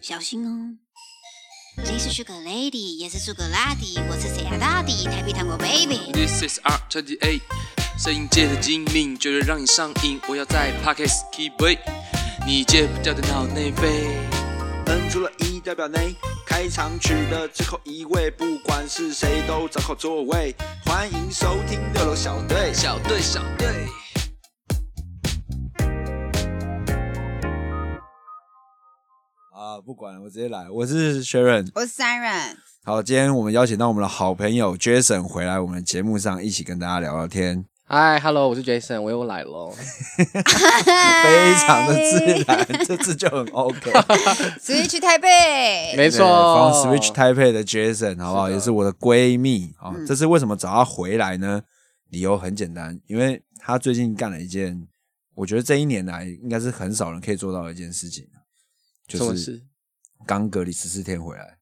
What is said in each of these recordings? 小心哦。你是 Sugar Lady，也是 Sugar 拉蒂，我是谁啊大迪，台北糖果 Baby。 This is R 2 8 A，摄影界的精明，绝对让你上瘾。我要在 Pockets keep it，你戒不掉的脑内啡。摁出了一代表内。开场曲的最后一位，不管是谁都找好座位。欢迎收听六楼小队。小队，小队。啊，不管了，我直接来。我是 Sharon。我是 Siren，好，今天我们邀请到我们的好朋友 Jason 回来我们节目上一起跟大家聊聊天，嗨，Hello，我是 Jason，我又来喽。非常的自。然，这次就很 OK。 Switch 台哎北，、对没错，From Switch Taipei 的 Jason，好不好？是的嗯也是我的闺蜜啊。这次为什么找她回来呢？理由很简单，因为她最近干了一件，我觉得这一年来应该是很少人可以做到的一件事情，什就么是事？刚隔离十四天回 来，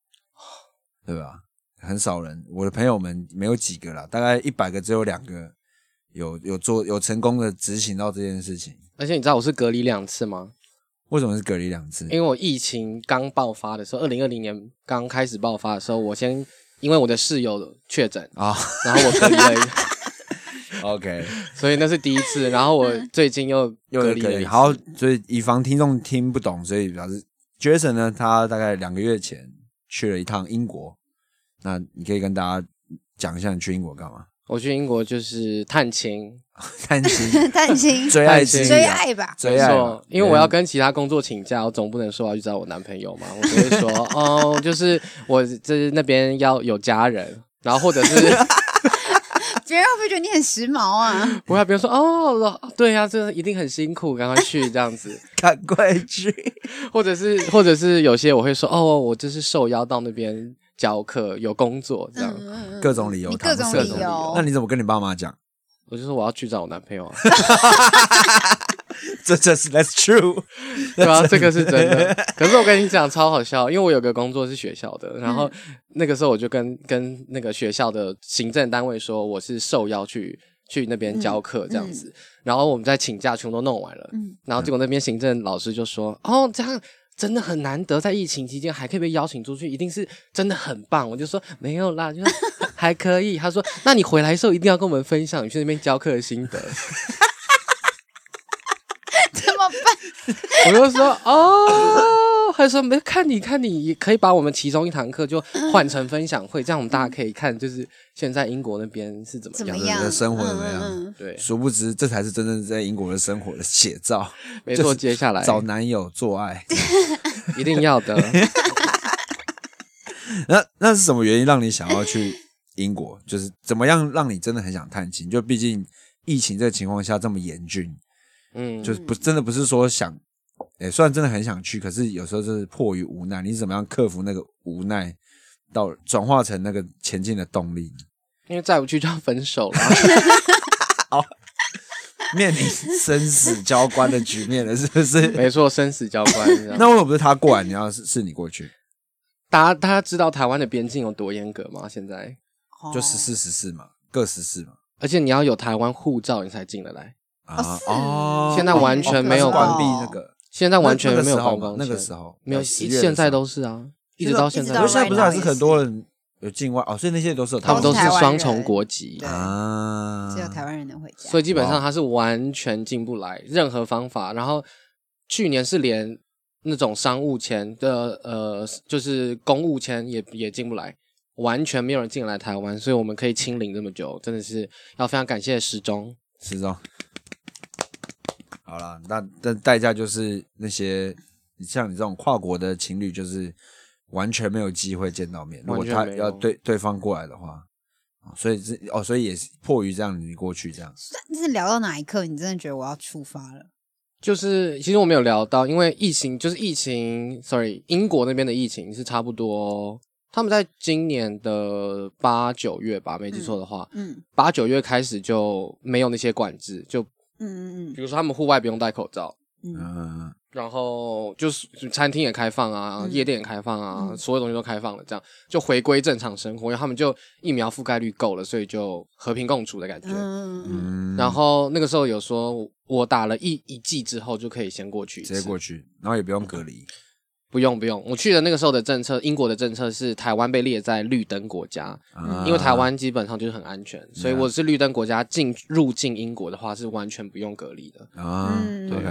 对吧？很少人，我的朋友们没有几个啦，大概一百个只有两个有有做有成功的执行到这件事情。而且你知道我是隔离两次吗？为什么是隔离两次？因为我疫情刚爆发的时候，二零二零年刚开始爆发的时候，我先因为我的室友确诊，啊、然后我隔离了一， o k 所以那是第一次。然后我最近又又隔有离隔了一离。次好，所以以防听众听不懂，所以表示 Jason 呢，他大概两个月前去了一趟英国。那你可以跟大家讲一下你去英国干嘛？我去英国就是探亲，探亲探亲追爱之旅啊、追爱吧，追爱没嘛错，因为我要跟其他工作请假，我总不能说我要去找我男朋友嘛，我就 会说哦，就是我这那边要有家人，然后或者是。别人会不会觉得你很时髦啊？不会啊，比如说哦，对呀、这一定很辛苦，赶快去这样子， 赶快去。或者是或者是有些我会说哦，我就是受邀到那边教课，有工作这样，嗯各种理由你搪各塞种各理种理由由那。你怎么跟你爸妈讲？我就说我要去找我男朋友啊，这这是 That's true。 对啊，这个是真的。可是我跟你讲超好笑，因为我有个工作是学校的，然后那个时候我就跟跟那个学校的行政单位说我是受邀去。去那边教课这样子，然后我们在请假全部都弄完了，嗯然后结果那边行政老师就说：“哦，这样真的很难得，在疫情期间还可以被邀请出去，一定是真的很棒。”我就说：“ 没有啦，就是还可以。”他说：“那你回来的时候一定要跟我们分享你去那边教课的心得。”怎么办？我就说哦，他说没看你看你可以把我们其中一堂课就换成分享会，这样我们大家可以看，就是现在英国那边是怎么怎样么的。样？你的生活怎么样嗯嗯对，殊不知，这才是真正在英国的生活的写照。没就错，是接下来找男友做爱，一定要 的。那那是什么原因让你想要 去英国？就是怎么样让你真的很想探亲？就毕竟疫情这个情况下这么严峻，嗯，就是不真的不是说想，诶、虽然真的很想去，可是有时候就是迫于无奈。你怎么样克服那个无奈，到转化成那个前进的动 力？因为再不去就要分手 了。啊面临生死交关的局面了，是不是？ 没错，生死交关。你知道吗那为什么不是他过来，你要是是你过去？大家大家知道台湾的边境有多严格吗？现在，嗯就哦十哦四十四嘛，各十四嘛。而且你要有台湾护照你才进得来，啊是哦现在完全没有哦那是关关闭闭那个，现在完全那那个没有时候观吗光那个签时候没有，呃10月的现在时候都是啊，一直到现一直在可到都是是，现在不是还啊是 right now 很多人有境外哦，所以那些都是有他们都是台湾双人重国籍。对啊，只有台湾人能回家所。以基本哇上他是完全进不来任何方法。然后去年是连那种商务签的呃，就是公务签也也进不来，完全没有人进来台湾，所以我们可以清零这么久，真的是要非常感谢时钟。是这样。好了，那但代价就是那些像你这种跨国的情侣，就是完全没有机会见到面。如果完全他没有要对对方过来的话，哦所以这哦，所以也是迫于这样你过去这样。但是聊到哪一刻，你真的觉得我要出发了？就是其实我们有聊到，因为疫情，就是疫情，sorry，英国那边的疫情是差不多，他们在今年的八九月吧，没记错的话，嗯八九月开始就没有那些管制，就比嗯嗯如说他们户外不用戴口罩，嗯嗯，嗯，然后就是餐厅也开放啊，嗯夜店也开放啊，嗯所有东西都开放了，这样就回归正常生活。因为他们就疫苗覆盖率够了，所以就和平共处的感觉。嗯嗯嗯然后那个时候有说，我打了一一剂之后就可以先过去一直次，接过去，然后也不用隔离。不用不用，我去的那个时候的政策，英国的政策是台湾被列在绿灯国家，啊因为台湾基本上就是很安全，所以我是绿灯国家进入境英国的话是完全不用隔离的，啊嗯，OK，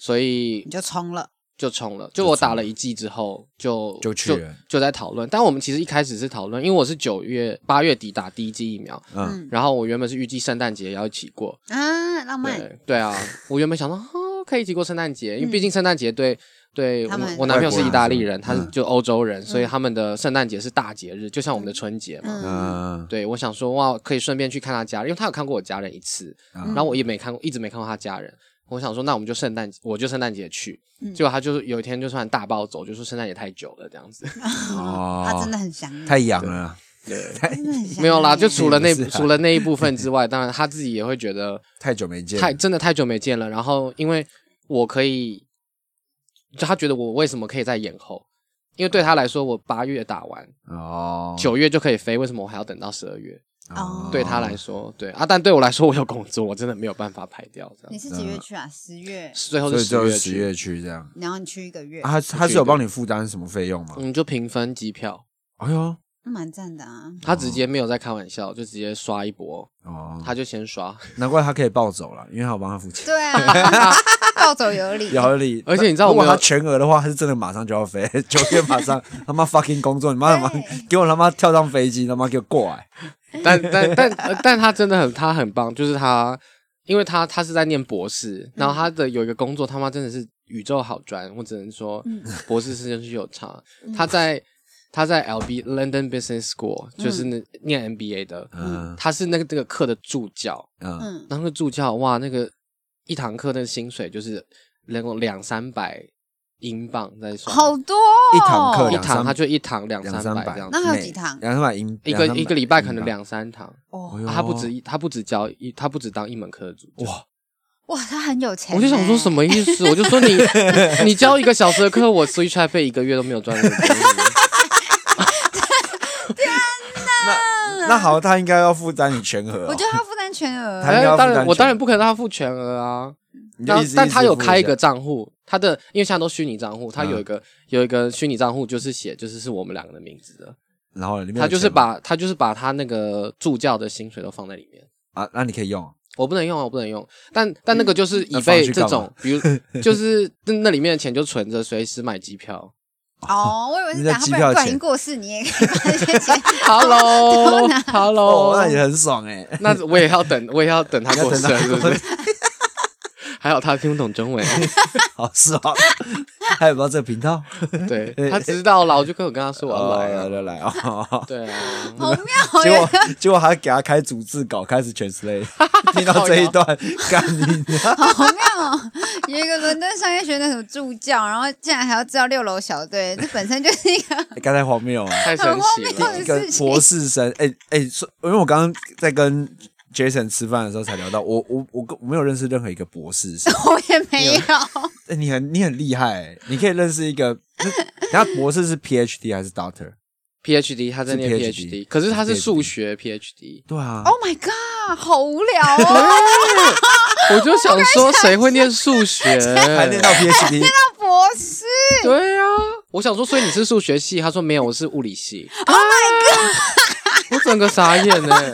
所以你就冲了，就冲了。就我打了一剂之后，就就去了就在讨论。但我们其实一开始是讨论，因为我是九月八月底打第一剂疫苗，嗯，然后我原本是预计圣诞节也要一起过，嗯啊，浪漫，对对啊，我原本想到哦可以一起过圣诞节，因为毕竟圣诞节对。对我嗯他们我男朋友是意大利外人，嗯国他人是就欧洲人，所以他们的圣诞节是大节日，就像我们的春节嘛。嗯，嗯，对，我想说哇，可以顺便去看他家人，因为他有看过我家人一次，然嗯后我也没看过，一直没看过他家人。我想说，那我们就圣诞，我就圣诞节去。嗯结果他就是有一天就突然大暴走，就说圣诞节太久了这样子。 哦他真的很想你，太痒了啦，真的很想没有啦，你就除了那是啊除了那一部分之外，当然他自己也会觉得 太久没见，太真的太久没见了。然后因为我可以，就他觉得我为什么可以在延后？因为对他来说，我八月打完，哦，九月就可以飞，为什么我还要等到十二月？哦对他来说，对啊，但对我来说，我有工作，我真的没有办法排掉。这你样，是几月去啊？十月，最后所是以十就是月十去，月去这样，然后你去一个月，啊他他是有帮你负担什么费用吗？嗯，就平分机票，哎呦，蛮赞的啊，他直接没有在开玩笑，就直接刷一波，哦，他就先刷。难怪他可以暴走了，因为他有帮他付钱，对啊，暴走有理，有理。而且你知道我如果没有他全额的话，他是真的马上就要 飞，九月马上他妈 fucking 工作，你妈他妈对给我他妈跳上飞机，他妈给我过来，但但但呃但他真的很他很棒，就是他，因为他他是在念博士，然后他的有一个工作他妈真的是宇宙好专，我只能说博士生就是有差。他在他在 LB London Business School 就是那念 MBA 的，嗯他是那个这个课的助教，嗯，嗯，然后那个助教哇，那个一堂课的薪水就是两两三百英镑在算，好多哦一堂课一两堂他就一堂两两三百百这样那子，他有几堂两三百英，一个两三百一个礼拜可英镑，能两三堂。哦，哎呦他不止一，他不止教一，他不止当一门课的主教。哇！哇，他很有钱欸，我就想说什么意思？我就说你， 你教一个小时的课，我 switch 还费一个月都没有赚 那么多钱。哎那那好，他应该要负担你全额哦，我觉得他负担全额，他应该要负哎当担然，全我当然不可能让他付全额啊。你就但一直但他有开一个直付账户，他的因为现在都虚拟账户，他嗯有一个有一个虚拟账户，就是写就是是我们两个的名字的。下，然后里面有他就是钱吗把他就是把他那个助教的薪水都放在里面。啊，那你可以用我不能用啊，我不能用。但但那个就是以嗯那放备去这干种嘛，比如 就是那那里面的钱就存着，随时买机票。哦，我以为是你的拿他机不票然不小钱心过世，你也可以把这些钱都拿 Hello，Hello，哦，那也很爽哎，那我也要等，我也要等他过生，你是要等他不是？ 还好他听不懂中文， 好 爽，还有没有这个频道？ 对他知道了，我就跟我跟他说我要来哎哦啊，要来哦。对啊，好妙结耶，果结果还给他开逐字稿，开始全 s l a 听到这一段，干你娘！好妙哦！有一个伦敦商业学院的什么助教，然后竟然还要知道六楼小队，这本身就是一个刚才荒 谬啊！太神奇很荒了谬。一个博士生，哎哎，说因为我刚刚在跟 Jason 吃饭的时候才聊到，我我我跟我没有认识任何一个博士 生，我也没有，哎，你很你很厉害、欸你可以认识一个，那那博士是 PhD 还是 Doctor？哦 PhD，他在念是 PhD， PhD 可是他是数学 PhD，对啊， Oh my god，好无聊哦！我就想说谁会念数学？ 还念到 PhD，博士，对啊，我想说，所以你是数学系？他说没有，我是物理系。Oh my god！我整个傻眼呢、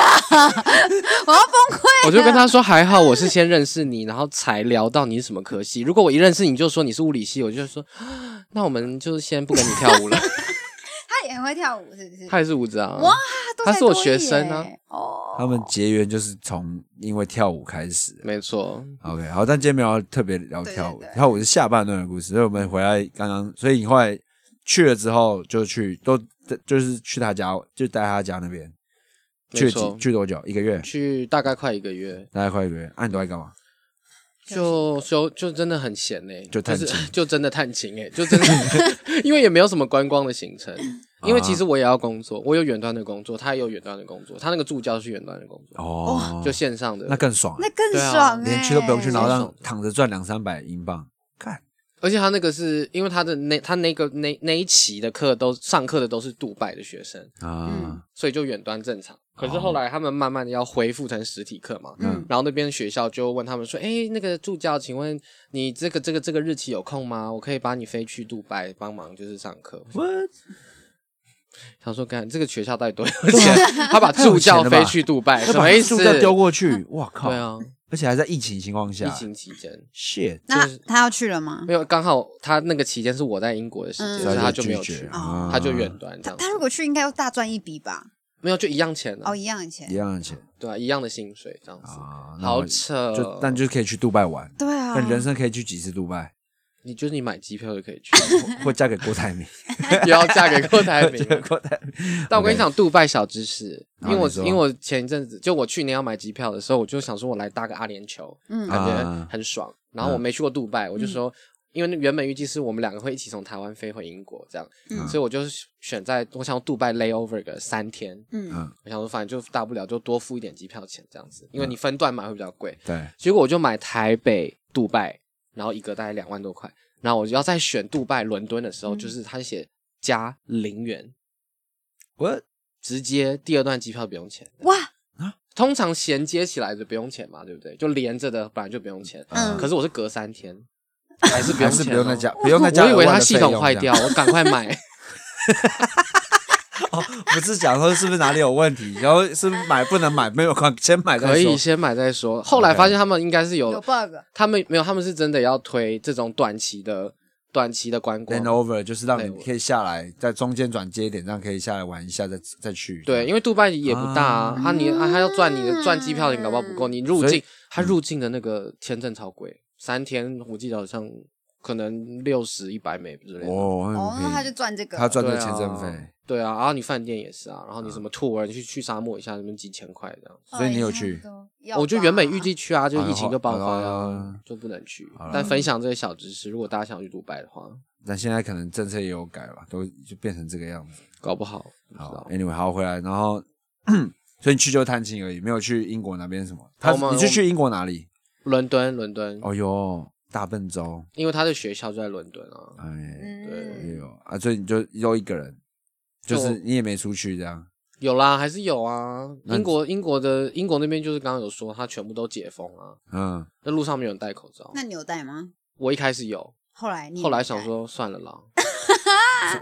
我要崩溃。我就跟他说还好，我是先认识你，然后才聊到你是什么科系。如果我一认识你就说你是物理系，我就说 啊那我们就先不跟你跳 舞了。他也很会跳舞，是不是？他也是舞者啊，哇都在他是我多艺学生啊耶哦，他们结缘就是从因为跳舞开始。没错， OK，好，但今天没有要特别聊对跳舞对，对跳舞是下半段的故事，所以我们回来刚刚，所以你后来去了之后就去都就是去他家，就待他家那边，去没了错几，去多久？一个月，去大概快一个月，大概快一个月。啊，你都在干嘛？就休就真的很闲呢、就就探是 亲就真的探亲哎、就真的， 因为也没有什么观光的行程。啊因为其实我也要工作，我有远端的工作，他也有远端的工作，他那个助教是远端的工作，哦，就线上的。那更爽，那更对啊爽哎，连去都不用去，然后更让爽躺着赚两三百英镑，看而且他那个是因为他的那他那个那那一期的课都上课的都是杜拜的学生，啊嗯，所以就远端正常。可是后来他们慢慢的要恢复成实体课嘛，嗯然后那边学校就问他们说，哎，那个助教，请问你这个这个这个日期有空吗？我可以把你飞去杜拜帮忙，就是上课。 What？他说，干这个学校到底多有啊钱？他把助教飞去杜拜，要什把么意思助？教丢过去，哇靠！对，啊，而且还在疫情情况下，疫情期间 shit，那就是他要去了吗？没有，刚好他那个期间是我在英国的时间，嗯所以他就拒没有绝去，啊他就远端他这样。他如果去，应该要大赚一笔吧？没有就一样钱啊哦，一样的钱一。样的钱对啊，一样的薪水这样子，啊，那好我扯哦。就但就可以去杜拜玩，对啊，但人生可以去几次杜拜，你就是你买机票就可以去，会会嫁给郭台铭， 也要嫁给郭台 铭嫁。给郭台铭。但我跟你讲，杜拜小知识，因然后为我你说因为我前一阵子就我去年要买机票的时候，我就想说我来搭个阿联酋，嗯感觉啊嗯很爽。然后我没去过杜拜，我就说，因为那原本预计是我们两个会一起从台湾飞回英国这样，嗯所以我就选在我想要杜拜 layover 个三天。嗯，嗯，我想说，反正就大不了就多付一点机票钱这样子，因为你分段买会比较贵。对，结果我就买台北、杜拜，然后一个大概两万多块。然后我要再选杜拜、伦敦的时候，嗯就是他写加零元，我直接第二段机票不用钱。哇，通常衔接起来的不用钱嘛，对不对？就连着的本来就不用钱。嗯可是我是隔三天，还是不用还是钱、哦不用再加，不用再加我以额外的费用。为它系统坏这掉，样，我赶快买。 不是讲说是不是哪里有问题，然后是不是买不能买，没有关，先买可再说以。先买再说。后来发现他们应该是有，有 bug。他们没有，他们是真的要推这种短期的、短期的观 Land 光。 over 就是让对你我可以下来，在中间转接点，这样可以下来玩一下，再再去。对，因为杜拜也不大啊，啊他你啊他要赚你的赚机票钱，搞不好不够。你入所境以，嗯他入境的那个签证超贵，三天我记得好像可能六十一百美之类的。哦，哦，那很他便就宜赚这个，他赚这对个啊签证费，嗯对啊，然后你饭店也是啊，然后你什么 tour，你去去沙漠一下，什么几千块这样。哎所以你有去？差不多要吧我就原本预计去啊，就疫情就爆发好了啦，就不能去好。啦但分享这些小知识，如果大家想去杜拜的话，但现在可能政策也有改吧，都就变成这个样子。搞不好不知好哎道。 ，Anyway，好回来，然后 所以你去就探亲而已，没有去英国那边什么。他哦我们你我是们去英国哪里？伦敦，伦敦，哦哟，大笨洲，因为他的学校就在伦敦啊。哎，对也嗯，有啊，所以你就又一个人，就就是你也没出去这样。有啦，还是有啊。那英国英国的英国那边就是刚刚有说，它全部都解封啊，嗯，那路上没有人戴口罩。那你有带吗？我一开始有，后来你有后来想带，说算了啦，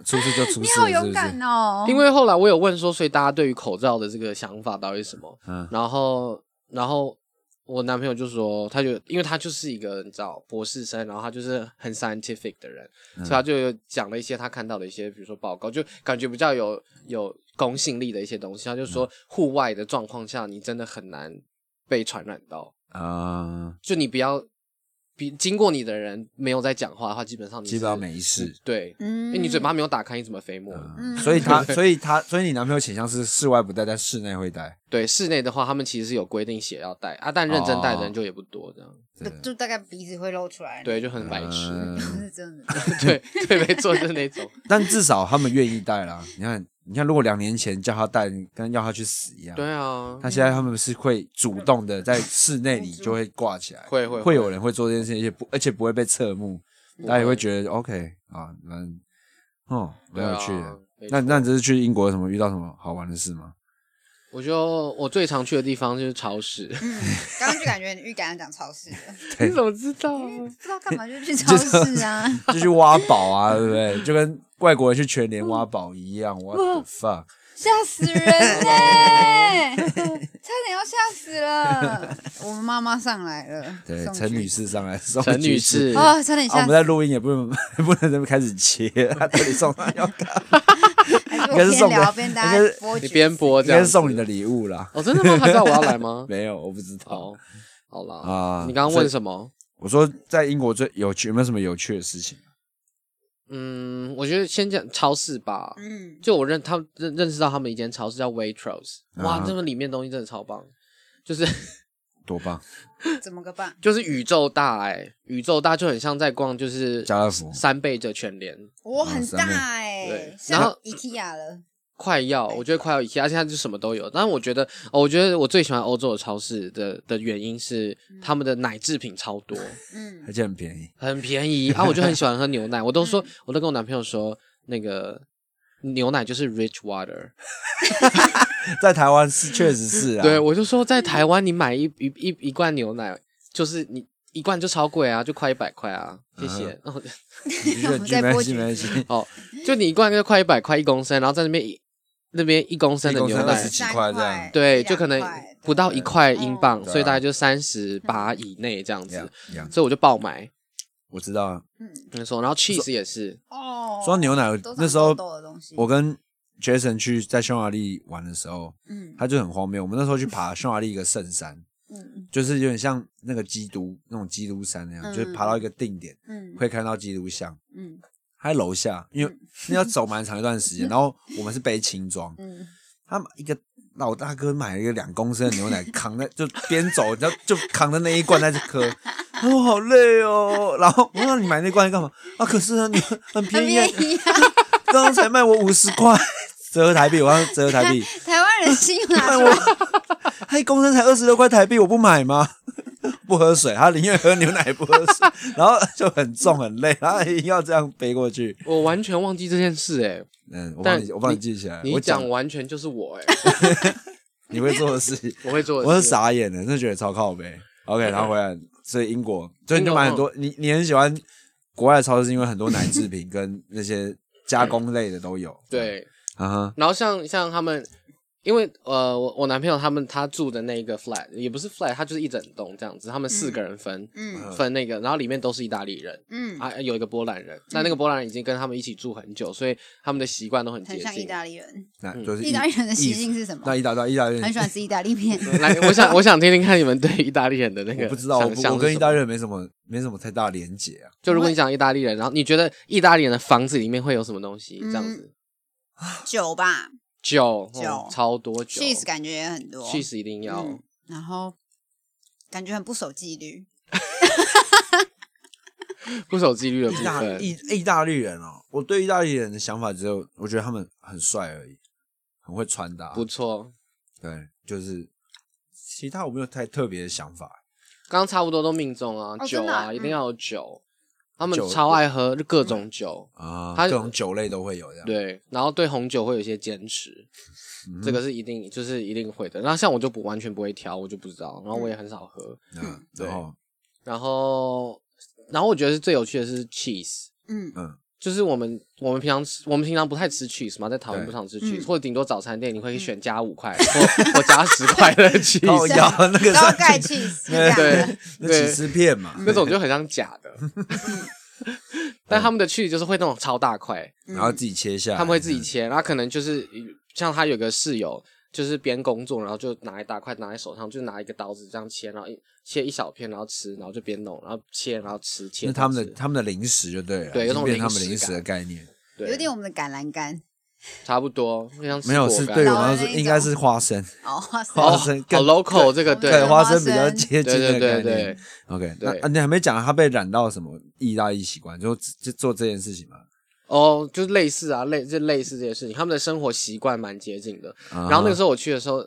出事就出啊你事好了，是勇不敢是？哦，因为后来我有问说，所以大家对于口罩的这个想法到底是什么？嗯然后然后我男朋友就说，他就因为他就是一个你知道博士生，然后他就是很 scientific 的人，嗯所以他就有讲了一些他看到的一些，比如说报告，就感觉比较有有公信力的一些东西。他就说，户外的状况下，你真的很难被传染到，啊，就你不要。比经过你的人没有在讲话的话，基本上你基本上没事。对，因嗯，为你嘴巴没有打开，你怎么飞沫？嗯所以 他，所以他，所以你男朋友倾向是室外不戴，但室内会戴。对，室内的话，他们其实是有规定鞋要戴啊，但认真戴的哦人就也不多，这样、就就大概鼻子会露出来，，对就很白痴，嗯是真的。 对对，没错，就是那 种。但至少他们愿意戴啦。你看，你看，如果两年前叫他戴，跟要他去死一样。对啊，那现在他们是会主动的在室内里就会挂起来，会会会有人会做这件事情，而且不而且不会被侧目，大家也会觉得 OK 啊，蛮哦对蛮啊有趣的。没那错那你这次去英国有什么遇到什么好玩的事吗？ 我就我最常去的地方就是超市，嗯，刚刚就感觉你预感要讲超市了，你怎么知道？不知道干嘛就去超市啊。就去挖宝 啊，对不对？就跟外国人去全联挖宝一样，What the fuck？吓死人嘞、差点要吓死了。我们妈妈上来了，对，送去陈女士上来，送陈去女士，哦，差点啊，我吓们死，在录音也不能 不能这么开始切，他到底送 他要干？还是应该是我送边的聊边大应家该是播你橘子边播应这该样是子送你的礼物啦。哦，真的吗？他知道我要来吗？ 没有，我不知道哦。，好啦啊你刚刚问什么？我说在英国最有趣有没有什么有趣的事情？嗯，我觉得先讲超市吧。嗯，就我认他认认识到他们一间超市叫 Waitrose，哇，啊这个里面东西真的超棒，就是？多棒！怎么个办就是宇宙大哎、宇宙大就很像在逛就是家乐福三倍的全联，我很啊大三妹哎、对像然后 IKEA 了，快要，我觉得快要一切，而且它就什么都有。但是我觉得，哦、我觉得我最喜欢欧洲的超市的的原因是他们的奶制品超多， 嗯而且很便宜。很便宜啊，我就很喜欢喝牛奶，我都说，我都跟我男朋友说那个。牛奶就是 rich water。在台湾是确实是啊，对，我就说在台湾你买一一一一罐牛奶，就是你一罐就超贵啊，就快一百块啊，谢嗯谢。然后就没 我关系在没播关系剧没关系，哦，就你一罐就快一百块一公升，然后在那边一那边一公升的牛一公升奶20，几块这样对，就可能不到一块英镑，对啊所以大概就三十八以内这样这样子，这样，所以我就爆买。我知道啊。没错，然后 cheese 也是，嗯哦说到牛奶都，是那时候豆豆的东西我跟 Jason 去在匈牙利玩的时候，嗯他就很荒谬。我们那时候去爬匈牙利一个圣山，嗯就是有点像那个基督那种基督山那样，嗯就是爬到一个定点嗯会看到基督像。嗯他在楼下，因为那要走蛮长一段时间，然后我们是背轻装，嗯，他们一个老大哥买了一个两公升的牛奶，扛在就边走，然后就扛着那一罐在这喝。他说好累哦，然后我说你买那罐干嘛？啊，可是啊，你很很便宜啊，便宜啊！ 刚刚才卖我五十块，折合台币，我刚折合 台币，台湾人信拿卖出来我，他一公升才二十六块台币，我不买吗？ 不喝水，他宁愿喝牛奶不喝水，然后就很重很累，然后一定要这样背过去。我完全忘记这件事哎、嗯，我帮但你，我帮你你记起来。你呃我讲讲完全就是我哎、你会做的事情，我会做 的事，我是傻眼的，真的觉得超靠背。OK，然后回来，所以英 国，所以你就英国买很多，你你很喜欢国外的超市，是因为很多奶制品跟那些加工类的都有。，对，啊哈，然后像像他们，因为呃，我我男朋友他们他住的那个 flat 也不是 flat，他就是一整栋这样子，他们四个人分、嗯分那个，然后里面都是意大利人。 嗯，啊，有一个波兰人，但那个波兰人已经跟他们一起住很久，所以他们的习惯都很接很像意近。大利人。那嗯就是意大利人的习性意是什么那？意大利，意大利很喜欢吃意大利面。来，我想我想听听看你们对意大利人的那个我不知道，我想不象我是跟什意么大利人没什么没什么太大连结啊。就如果你讲意大利人，然后你觉得意大利人的房子里面会有什么东西？这样子，酒吧酒，嗯酒哦超多 酒，cheese 感觉也很多 cheese 一定要。嗯然后感觉很不守纪律。不守纪律的部意大分，意意大利人哦，我对意大利人的想法只有，我觉得他们很帅而已，很会穿搭。不错。对，就是其他我没有太特别的想法。刚刚差不多都命中啊，哦酒真的啊，啊嗯一定要有酒。他们酒超爱喝各种酒，啊，他各种酒类都会有这样。对，然后对红酒会有一些坚持，嗯，这个是一定，就是一定会的。那像我就不完全不会挑，我就不知道，然后我也很少喝。嗯，对然后 然后，然后我觉得是最有趣的是 cheese，嗯就是我们我们平常吃，我们平常不太吃 cheese 嘛，在台湾对不常吃嗯 cheese，或者顶多早餐店你会选加 五块或或加十块的靠 cheese，腰那个高算钙 cheese 这对样的，对那几十片嘛，嗯那种就很像假 的。但他们的 cheese 就是会那种超大块，然后自己切下来，嗯他们会自己切，然后可能就是像他有个室友，就是边工作，然后就拿一大块拿在手上，就拿一个刀子这样切，然后一切一小片，然后吃，然后就边弄，然后切，然后吃，切。那他们然的后吃他们的零食就对了，对有就种变成他们零零食食的概念，对有点我们的橄榄干差不多，就像吃没有果是干对老我们来的说那应该种是花生，哦，哇塞哦，花好生更 local 这个对对对花花生比较生接近对的对对概对念。，OK，那对啊你还没讲他被染到什么意大利习惯，就就做这件事情嘛。哦，就是类似啊，类就类似这些事情，他们的生活习惯蛮接近的。然然后那个时候我去的时候，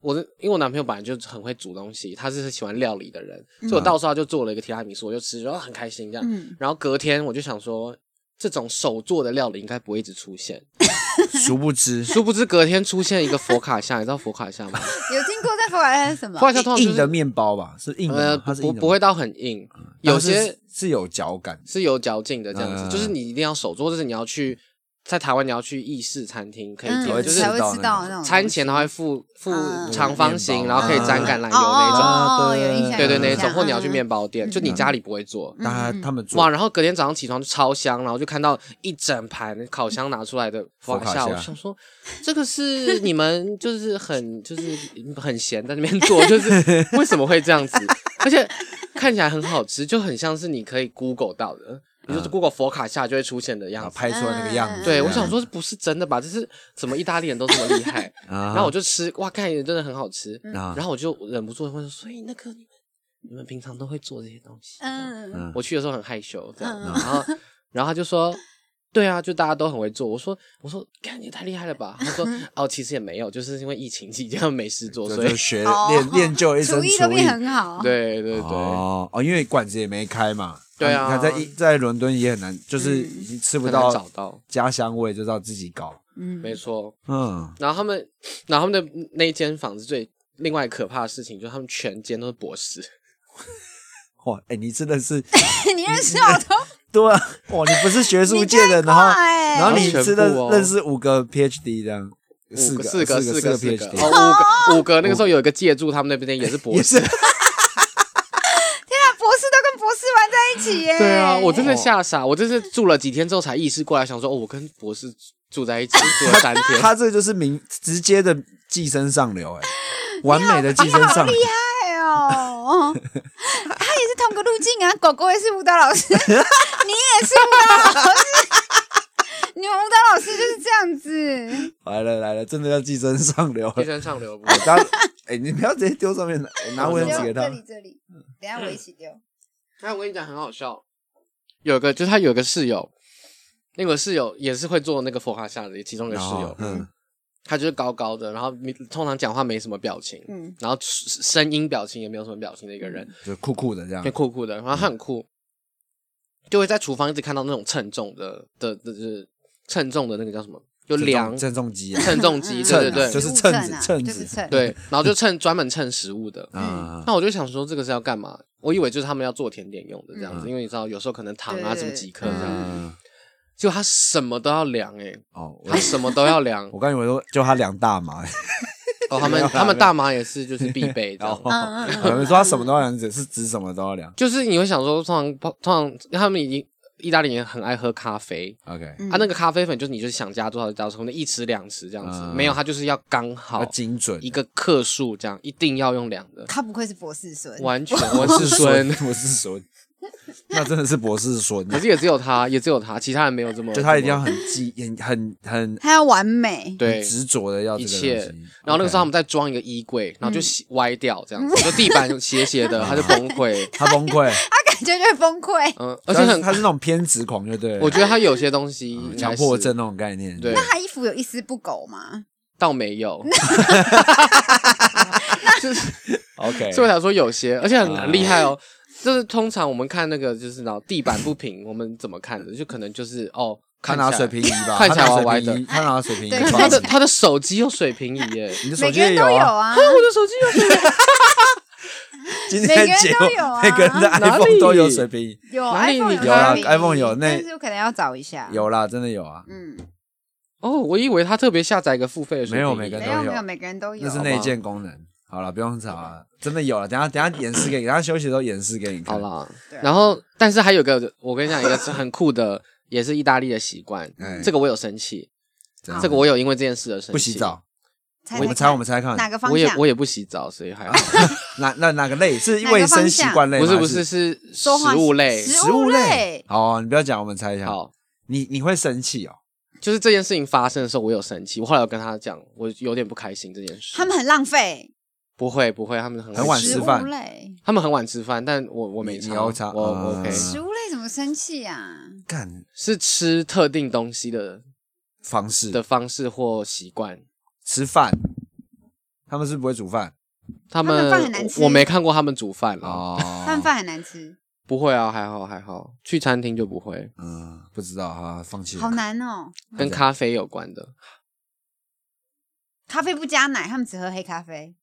我的因为我男朋友本来就很会煮东西，他是喜欢料理的人，所以嗯我到时候他就做了一个提拉米苏，我就吃，然后很开心这样。嗯然后隔天我就想说，这种手做的料理应该不会一直出现，候殊不知 殊不知隔天出现一个佛卡夏，你知道佛卡夏 吗？有听过在佛莱是什么佛？卡夏通常就硬的是面包吧，是硬呃的吗，它不是不硬的不吗嗯会，到很硬，有但是些是是有脚感，是有嚼劲的这样子，嗯就是你一定要手做，或者是你要去在台湾你要去意式餐厅可以嗯点，会就是才会吃到吃那到种那种餐前它会附附嗯长方形，面然包嗯后可以沾橄榄油那种。啊哦哦哦，对有印象，对对，有那印种象或你要去嗯面包店，就你家里不会做。但他他们哇！做然后隔天早上起床就超香，然后就看到一整盘烤箱拿出来的佛卡夏，佛卡夏我想说，这个是你们就是很就是很闲在那边 做，就是为什么会这样子？而且看起来很好吃，就很像是你可以 Google 到的，你就是 Google 佛卡夏就会出现的样嗯啊子。拍出啊来那个样子。对，这我样想说不是真的吧？这是怎么意大利人都这么厉害？ 啊然后我就吃，哇，看起来真的很好吃。啊然后我就忍不住地问说，所以那个你们你们平常都会做这些东西？嗯，嗯我去的时候很害羞，这样，嗯然后然后他就说。对啊，就大家都很会做。我说，我说，看你太厉害了吧？他 说，哦，其实也没有，就是因为疫情期间没事做，就所以就学哦练练就一身厨艺都变很好，对对对，哦哦，因为馆子也没开嘛。对啊你看在一在伦敦也很难，就是嗯已经吃不很难到找到家乡味，就知道自己搞。嗯，没错。嗯，然后他们，然后他们的那一间房子最另外可怕的事情就是他们全间都是博士，哇，哎、你真的是， 你认识好多， 对啊，哇，你不是学术界的，然后，哎然后你全真的部哦认识五个 PhD 这样，四个个四个四个个四四个个 PhD，哦，五个五个。那个时候有一个借住他们那边也是 博也士是，那博士都跟博士玩在一起耶。 对啊，我真哦的吓傻，我真是住了几天之后才意识过来，想说哦，我跟博士住在一起住了三天，他这个就是明直接的寄生上流、哎，完美的寄生上流，哎呦，哦他也是同个路径啊，狗狗也是舞蹈老师， 你也是舞蹈老师， 你们舞蹈老师就是这样子。来了来了，真的要寄生上流寄了。生上流不？大家， 哎、你不要直接丢上面， 哎拿卫这生纸给里他这。里，这里，等一下我一起丢。哎，我跟你讲很好笑，有个就是他有个室友，那个室友也是会做那个佛卡夏的其中一个然室后友，，嗯，他就是高高的，然后没通常讲话没什么表情，嗯，然后声音表情也没有什么表情的一个人，就酷酷的这样就。酷酷的，然后他很酷，就会在厨房一直看到那种称重的的的，就是称重的那个叫什么，就称重量称重机 啊，称重机，秤啊对对对就是食物秤子啊秤就子是秤，对，然后就称专门称食物的。啊，那我就想说这个是要干嘛？我以为就是他们要做甜点用的这样嗯子，因为你知道有时候可能糖啊对对什么对几克这样，嗯，结果他什么都要量哎、哦，我，他什么都要量我刚以为说就他两大麻，哦，他们他们大麻也是就是必备 这然样后。嗯嗯我们说他什么都要量，只是指什么都要量。就是你会想说，通常通常他们已经意大利人很爱喝咖啡， OK，嗯他、那个咖啡粉就是你就是想加多少就加多少，可能一匙两匙这样子，嗯没有他就是要刚好要精准一个克数这样，一定要用量 的，他不愧是博士孙，完全我 是孙， 我是孙，那真的是博士孙，啊 可是也只有他，也只有他，其他人没有这么，就他一定要这么很记，很很很他要完美。对。执着的要这一个东切西。，然后那个时候他 OK 们在装一个衣柜，然后就斜歪掉这样子，就地板斜斜的，他就崩溃。 他崩溃，他感觉 就会崩溃。嗯， 而且很他，是那种偏执狂，就对了，嗯我觉得他有些东西应该是强迫症那种概念。对那他衣服有一丝不苟吗？倒没有， 就是，OK，所以我想说有些，而且很啊很厉害哦。就是通常我们看那个，就是然后地板不平，我们怎么看的？就可能就是哦，他看拿起来水平仪吧，看他起来拿歪歪水的平仪，他拿水平仪对放 他着 的，他的手机有水平仪耶，你的手每机个人也都啊。啊，我的手机有水 平仪，今天每个人节都目有啊每个人的哪 iPhone 都有里水平仪，有哪里 iPhone 你有啊水平，iPhone 有那但是我可能要找一下。，有啦，真的有啊，嗯，哦，我以为他特别下载一个付费的水平仪没有每个人没都有有没有，每个人都有。啊那是内建功能。好了，不用查了，真的有了。等一下等一下演示给你，等一下休息的时候演示给你看。好啦对，啊然后但是还有个，我跟你讲一个是很酷的，也是意大利的习惯哎，这个我有生气，真的，这个我有因为这件事而生气。不洗，澡，猜我猜们猜我们猜看，哪个方我也向？我也不洗澡，所以还好。哪那哪个类是哪个卫生方习向惯啊类吗？不是不还是是 说话食物类。食食物物类类。好，你不要讲，我们猜一下。，好，你你会生气哦。就是这件事情发生的时候，我有生气，我后来有跟他讲，我有点不开心这件事。他们很浪费，不会不会，他们很 很晚吃吃食饭，饭物类，他们很晚吃饭，但我我没你要差我我嗯 OK，食物类怎么生气啊？干是吃特定东西的方式的方式或习惯。吃饭，他们是不会煮饭他们们饭很难吃我我没看过他们煮饭啦，哦。饭饭很难吃，不会啊，还好还好，去餐厅就不会。嗯，不知道哈，放弃了。好难哦。跟咖啡有关的，咖啡不加奶，他们只喝黑咖啡，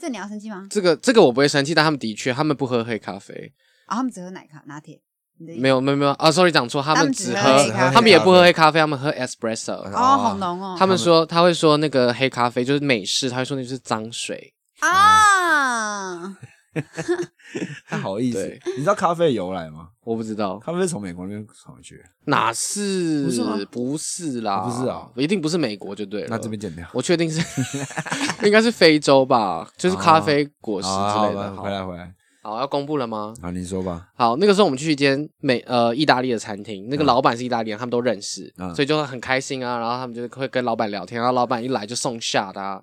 这你要生气吗？这个这个我不会生气，但他们的确他们不喝黑咖啡，啊，他们只喝奶咖拿铁。你的意思没有没有没有啊，sorry 讲错，他嗯他们们只只喝喝黑咖，啡他们也不喝黑咖啡，他们喝 espresso。哦，啊好浓哦。他们说他会说那个黑咖啡就是美式，他会说那就是脏水。啊，还好意思对。你知道咖啡的由来吗？我不知道咖啡是从美国那边传过去的，哪是不是吗不是啦，不是啊一定不是美国就对了。那这边剪掉。我确定是 应该是非洲吧，就是咖啡果实好好之类的。哦好回来回来，好，要公布了吗？好，你说吧。好，那个时候我们去一间美呃意大利的餐厅，那个老板是意大利人，他们都认识，嗯所以就很开心啊。然后他们就会跟老板聊天，然后老板一来就送下的、啊，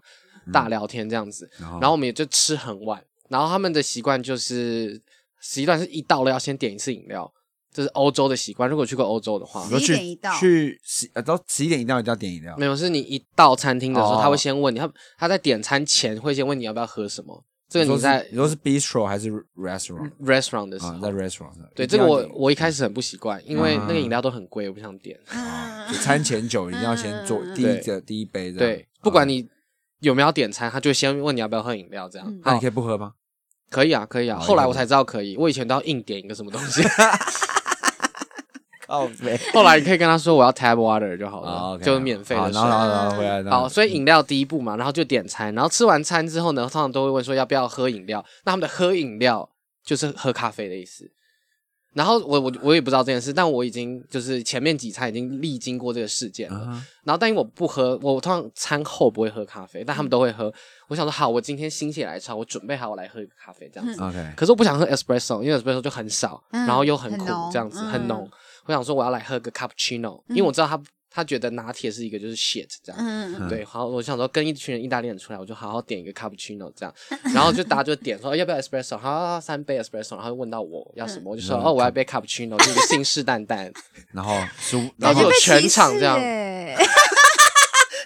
大嗯聊天这样子。然后然后我们也就吃很晚。然后他们的习惯就是习惯是一到了要先点一次饮料，这是欧洲的习惯。如果去过欧洲的话你，说11点去一到去十呃，到十一点一定要一定要点饮料没有是你一到餐厅的时候，哦他会先问你，他他在点餐前会先问你要不要喝什么，这个你你说在是你说是 bistro 还是 restaurant restaurant 的时候，啊？在 restaurant 上对一这定个要我点我一开始很不习惯，因为那个啊饮料都很贵，我不想点。啊就嗯餐前酒一定要先做第一对个第一杯这样，对，不管啊你有没有点餐，他就先问你要不要喝饮料，这样嗯。那好你可以不喝吗？可以啊，可以啊。哦后来有我才知道可以，我以前都要硬点一个什么东 西，靠杯后来你可以跟他说我要 tap water 就好啊，OK，了，哦就是好免费好的水然后。然后然后回来，然后嗯好，所以饮料第一步嘛，然后就点餐，然后吃完餐之后呢，通常都会问说要不要喝饮料。那他们的喝饮料就是喝咖啡的意思。然后我我我也不知道这件事，但我已经就是前面几餐已经历经过这个事件了。啊然后但因为我不喝，我通常餐后不会喝咖啡，但嗯他们都会喝。我想说好，我今天心血来潮，我准备好我来喝一个咖啡这样子。 ，OK，可是我不想喝 espresso，因为 espresso 就很少，嗯然后又很很苦，浓这样子很嗯浓。我想说我要来喝个 cappuccino，、因为我知道他他觉得拿铁是一个就是 shit 这样。嗯，对，好，我想说跟一群人意大利人出来，我就好好点一个 cappuccino 这样，然后就大家就点说、哦要不要 espresso，好好，好三杯 espresso，然后问到我要嗯什么，我就说哦我要一杯 cappuccino，就是信誓旦旦，然后十五，然 感觉后被全歧场这视样欸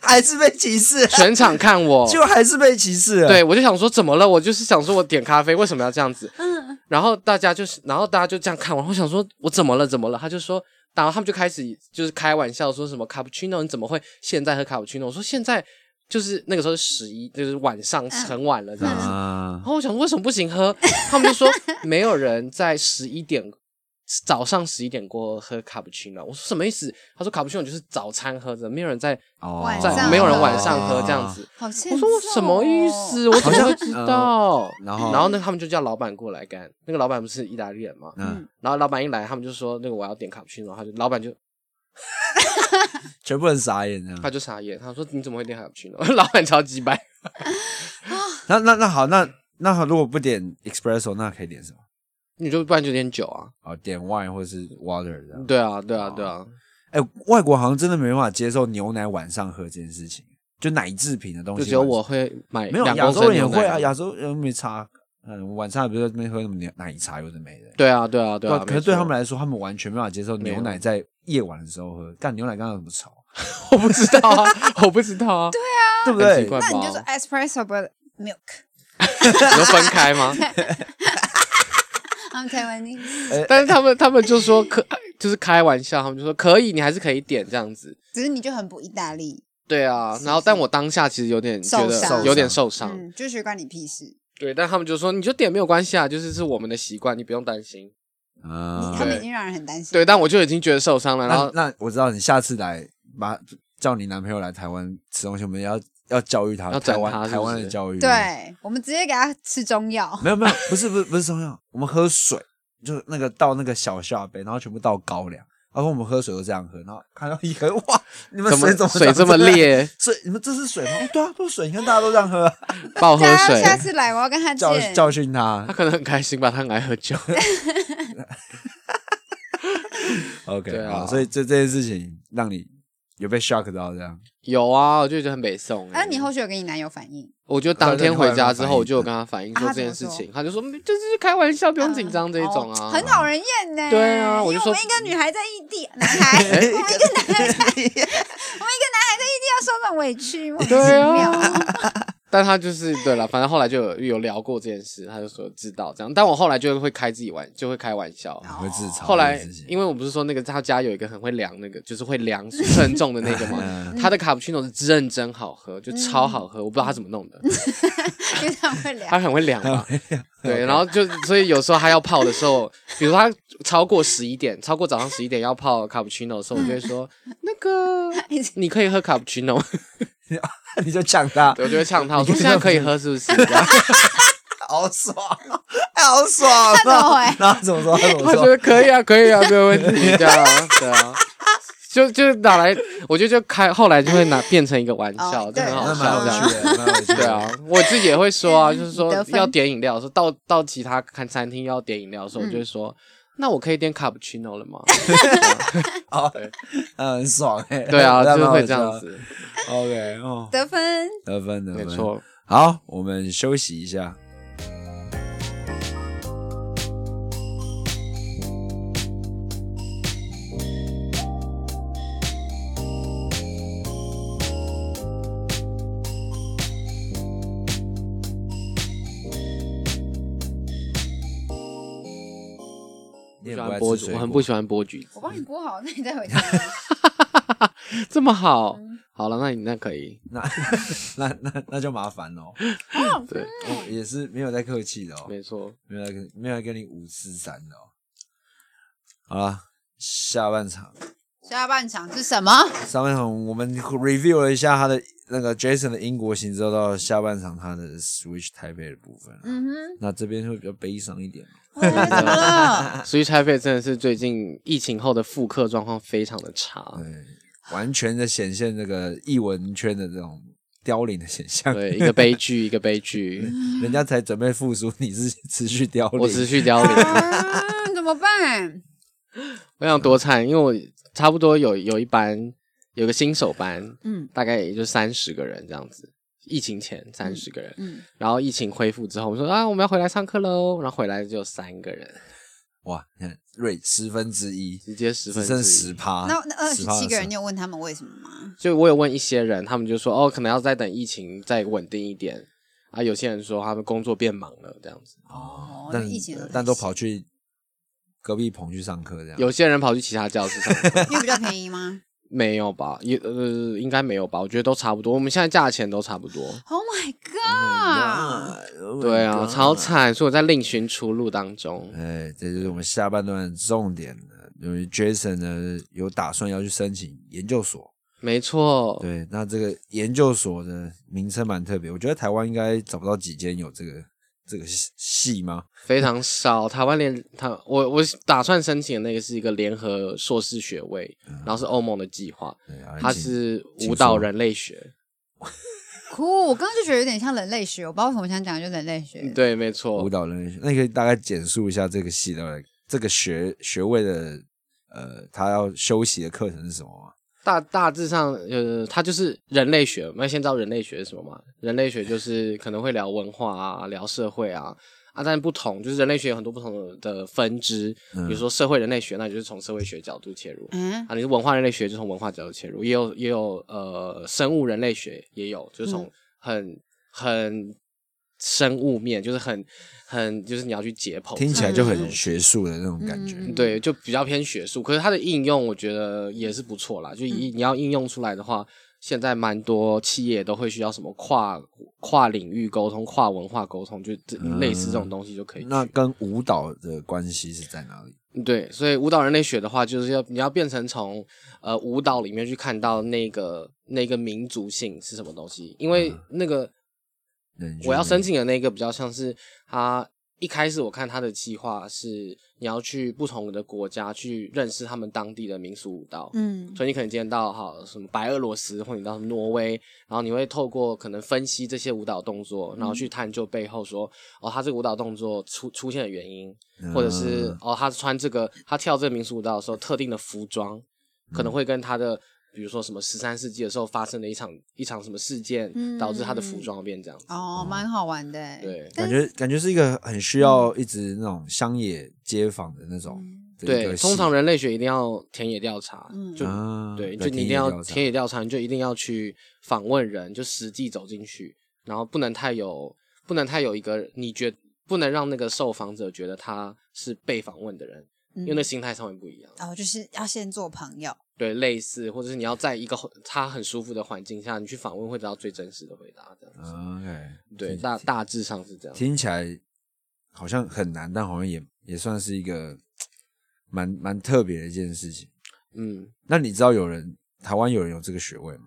还是被歧视，全场 看我，就还是被歧视了，哦对，我就想说怎么了？我就是想说我点咖啡为什么要这样子？嗯然后大家就是，然后大家就这样看我，我想说我怎么了？怎么了？他就说，然后他们就开始就是开玩笑说什么卡布奇诺，你怎么会现在喝卡布奇诺？我说现在就是那个时候是十一，就是晚上嗯很晚了这样子。啊然，后我想说为什么不行喝？他们就说没有人在十一点。早上十一点过喝卡布奇诺，我说什么意思？他说卡布奇诺就是早餐喝的，没有人在哦晚在上没有人喝晚上喝这样子。好欠我说我揍什么意哦？思？我怎么会知好像道？然后呃然后呢，他们就叫老板过来干。那个老板不是意大利人嘛，嗯，然后老板一来，他们就说那个我要点卡布奇诺，他就老板就全部人傻眼这样他。就傻眼，他说你怎么会点卡布奇诺？老板超级白，那那那好，那那好，如果不点 espresso，那可以点什么？你就不然就点酒啊？ 哦，点 wine 或是 water 这样。对啊，对啊，对啊，哎、外国好像真的没办法接受牛奶晚上喝这件事情，就奶制品的东就西。只有我会买没有，两亚公洲升人也牛会奶啊，亚洲人没差。嗯，晚上也不是在那边喝什么牛奶茶，有的没的。对啊，对啊，对啊。可是对他们来，来说，他们完全没办法接受没有牛奶在夜晚的时候喝。干牛奶刚刚怎么吵， 我不知道啊， 我不知道啊，对不很对奇？怪吧那？你就说 espresso but milk， 你就分开 吗？ I'm Taiwanese，但是他们他们就说可 就是开玩笑，他们就说可以，你还是可以点这样子。只是你就很不意大利，对啊，是然后但我当下其实有点觉受得伤有点受伤，嗯，就是关你屁事。对，但他们就说你就点没有关系啊，就是是我们的习惯，你不用担心。你啊他，们对已经让人很担心。嗯对，但我就已经觉得受伤了，然那后那我知道，你下次来把叫你男朋友来台湾吃东西，我们要要教育他，要整台湾他是不是台湾的教育。对，我们直接给他吃中药，没有没有，不是不是不是中药，我们喝水就是那个倒那个小下杯，然后全部倒高粱。他说我们喝水都这样喝，然后看到一喝，哇，你们怎水怎么么水长这么样？烈，水你们这是水吗？哦对啊，都是水，你看大家都这样喝啊，爆喝大家水，下次来我要跟他教见。教训他他。可能很开心吧，他很爱喝酒。 OK，对啊好，所以这这件事情让你有被 shock 到这样。有啊，我就觉得很北宋。欸那啊你后续有跟你男友反应？我就当天回家之后，我就有对跟他反映啊说他这件事怎么说情，他就说嗯这就是开玩笑，不用紧张这一种哦啊。很讨人厌呢。对啊我因就为说我们一个女孩在异 地，男孩，我们一个男孩在，我们一个男孩在异地要受这种委屈，莫名其对啊妙。 但他就是对了，反正后来就有有聊过这件事，他就说知道这样。但我后来就会开自己玩，就会开玩笑。你会自嘲。后来这件事，情因为我不是说那个他家有一个很会量那个，就是会量称重的那 个嘛，他的卡布奇诺是认真好喝，就超好喝，我不知道他怎么弄的，就这样会聊他，很会量 嘛。对，然后就所以有时候他要泡的时候，比如说他超过十一点，超过早上十一点要泡卡布奇诺的时候，我就会说那个已经你可以喝卡布奇 诺， 你就抢他，我就会呛他，我你可说以现在可以喝是不是？这样好爽，哎好爽啊！怎么回然后怎么说？他怎么 他哎觉说？得可以啊，可以啊，没有问题，对啊， 对啊，就就拿来，我觉得就开，后来就会拿变成一个玩笑，哦就很好那笑这蛮有样。趣的，蛮有趣的。对啊，我自己也会说啊，嗯就是说得分要点饮料，说到到其他看餐厅要点饮料的嗯时候，我就会说，那我可以点卡布奇诺了吗？哦，嗯，很爽 哎。对啊，那就是会蛮好这样笑。子， OK，哦，得分。得分得没分，错。好，我们休息一下。也喜不爱欢吃剥橘，水我果，很不喜欢剥橘子我，帮你剥好，那你再回家。 这么好。好了，那你那可以，那那 那那就麻烦喽、对，哦也是没有在客气的哦，没错，没有在跟没有在跟你五四三的哦。好啦，下半场，下半场是什么？上半场我们 review 了一下他的那个 Jason 的英国行之后，到下半场他的 Switch 台北的部分啊、嗯 哼，那这边会比较悲伤一点。我以为怎么了？啊所以台北真的是最近疫情后的复刻状况非常的差，对，完全的显现这个艺文圈的这种凋零的现 象。对，一个悲剧，一个悲剧，人家才准备复苏，你是持续凋零。我持续凋零。嗯，怎么办？我想多惨，因为我差不多有有一班有个新手班，嗯大概也就三十个人这样子。疫情前三十个人，嗯，然后疫情恢复之后，我们说啊，我们要回来上课喽。然后回来就有三个人，哇，你看瑞十分之一，直接十分只之一剩十趴，那那啊二十七个人， 10%你有问他们为什么吗？就我有问一些人，他们就说哦，可能要再等疫情再稳定一点啊。有些人说他们工作变忙了这样子，哦，因为但疫情的关系但都跑去隔壁棚去上课这样。有些人跑去其他教室上课， 因为比较便宜吗没有吧？也呃，应该没有吧？我觉得都差不多，我们现在价钱都差不多。 ？Oh my god！对啊，超惨，所以我在另寻出路当中。哎，这就是我们下半段的重点了。因为 Jason 呢有打算要去申请研究所，没错，对，那这个研究所的名称蛮特别，我觉得台湾应该找不到几间有这个这个系系吗？非常少。台湾联台，我我打算申请的那个是一个联合硕士学位，嗯然后是欧盟的计划，对啊，它请是请舞蹈说人类学。酷，我刚刚就觉得有点像人类学，我不知道为什么想讲就人类学。对，没错舞，蹈人类学，那你可以大概简述一下这个系的这个学学位的呃，他要修习的课程是什么吗？大大致上，呃，它就是人类学。我们先知道人类学是什么嘛？人类学就是可能会聊文化啊， 聊社会啊。啊，但不同就是人类学有很多不同的分支，嗯比如说社会人类学，那就是从社会学角度切入。嗯，啊，你是文化人类学就从文化角度切入，也有也有呃生物人类学也有，就是从嗯很、很生物面，就是很很就是你要去解剖，听起来就很学术的那种感觉。嗯哦对，就比较偏学术。可是它的应用我觉得也是不错嗯啦，就一、你要应用出来的话，现在蛮多企业都会需要什么跨跨领域沟通、跨文化沟通，就这类似这种东西就可以去、嗯那跟舞蹈的关系是在哪里？对，所以舞蹈人类学的话，就是要你要变成从呃舞蹈里面去看到那个那个民族性是什么东西，因为那个人我要申请请的那个比较像是他一开始我看他的计划是你要去不同的国家去认识他们当地的民俗舞蹈，嗯所以你可能今天到好什么白俄罗斯，或者你到什么挪威，然后你会透过可能分析这些舞蹈动作，然后去探究背后说，哦，他这个舞蹈动作出出现的原因，或者是哦，他穿这个他跳这个民俗舞蹈的时候特定的服装，可能会跟他的。比如说什么十三世纪的时候发生的一场一场什么事件，导致他的服装变这样子。哦，蛮好玩的欸。对感觉感觉是一个很需嗯要一直那种乡野街坊的那种的一对，个系。通常人类学一定要田野调查，就啊对，对就你田一定野要调查田野调查，你就一定要去访问人，就实际走进去，然后不能太有，不能太有一个你觉，不能让那个受访者觉得他是被访问的人，因为那心态上面不一样。然后哦就是要先做朋友。对，类似或者是你要在一个他很舒服的环境下，你去访问会得到最真实的回答，这样子。啊 OK，对，听大大致上是这样。听起来好像很难，但好像也也算是一个蛮蛮特别的一件事情。嗯，那你知道有人台湾有人有这个学位吗？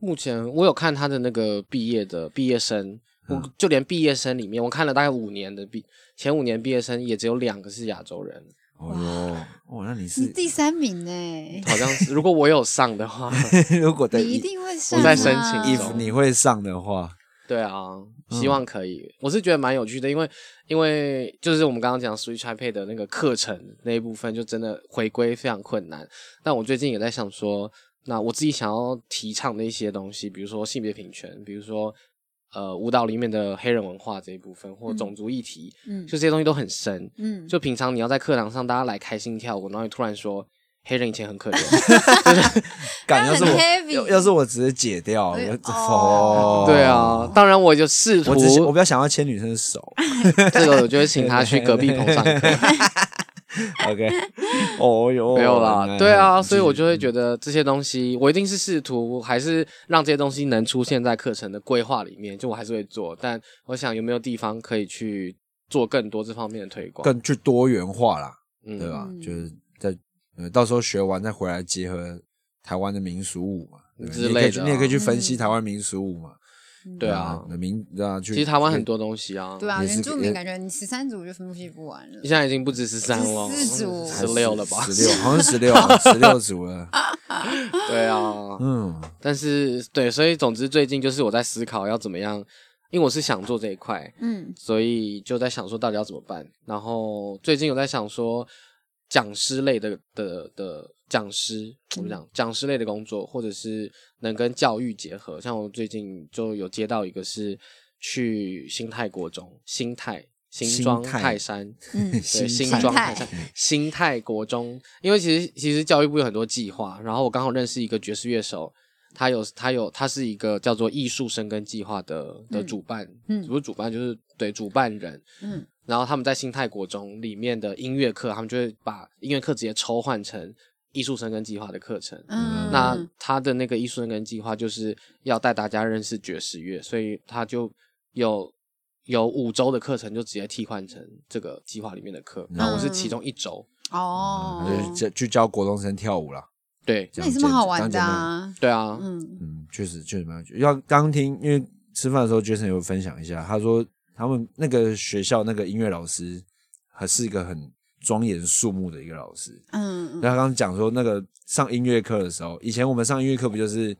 目前我有看他的那个毕业的毕业生，我嗯就连毕业生里面，我看了大概五年的毕前五年毕业生，也只有两个是亚洲人，哦哟，哦，那你你是第三名呢？好像是。如 果我有上的话， 如果等你一定会上、我啊。在申请中 if 你会上的话，对啊，希望可以。我是觉得蛮有趣的，因为因为就是我们刚刚讲 Switch iPad 的那个课程那一部分，就真的回归非常困难。但我最近也在想说，那我自己想要提倡的一些东西，比如说性别平权，比如说呃舞蹈里面的黑人文化这一部分，或种族议题，嗯就这些东西都很深。嗯，就平常你要在课堂上大家来开心跳舞，然后你突然说黑人以前很可怜， 就是干要是很我 heavy 要要是我直接解掉，我哎就哦哦，对，啊。当然我就试图我 只我不要想要牵女生的手，这个我就会请他去隔壁棚上课。 OK，哦哟，没有原啦，来对啊，所以我嗯就会觉得这些东西，我一定是试图还是让这些东西能出现在课程的规划里面，就我还是会做，但我想有没有地方可以去做更多这方面的推广，更去多元化啦，嗯对啊吧？嗯就是在呃，到时候学完再回来结合台湾的民俗舞嘛，对不对之你也可以类去的啊你也可以去分析嗯台湾民俗舞嘛，对啊，那民啊，去其实台湾很多东西啊，对啊，也是原也住民感觉你十三组就分析不完了你。现在已经不止十三了， 14组十六 了吧？十六， 好像十六，十六组了，对啊，嗯，但是对，所以总之最近就是我在思考要怎么样，因为我是想做这一块，嗯，所以就在想说到底要怎么办。然后最近有在想说，讲师类的的的讲师怎么讲，讲师类的工作，或者是能跟教育结合。像我最近就有接到一个是去新泰国中，新泰新庄新泰泰山，嗯对，新泰庄泰山新泰国中，因为其实其实教育部有很多计划，然后我刚好认识一个爵士乐手，他有他有他是一个叫做艺术生根计划的的嗯主办，嗯不是主办就是对主办人， 嗯，然后他们在新泰国中里面的音乐课，他们就会把音乐课直接抽换成艺术生根计划的课程，嗯，那他的那个艺术生根计划就是要带大家认识爵士乐，所以他就有有五周的课程就直接替换成这个计划里面的课，然后我是嗯其中一周，哦，就是这去教国中生跳舞啦。对那也是蛮好玩的啊。啊。对啊，嗯，嗯，确实确实蛮有趣。要刚听，因为吃饭的时候 Jason 有分享一下，他说他们那个学校那个音乐老师还是一个很庄严肃穆的一个老师。嗯那他刚刚讲说，那个上音乐课的时候，以前我们上音乐课不就是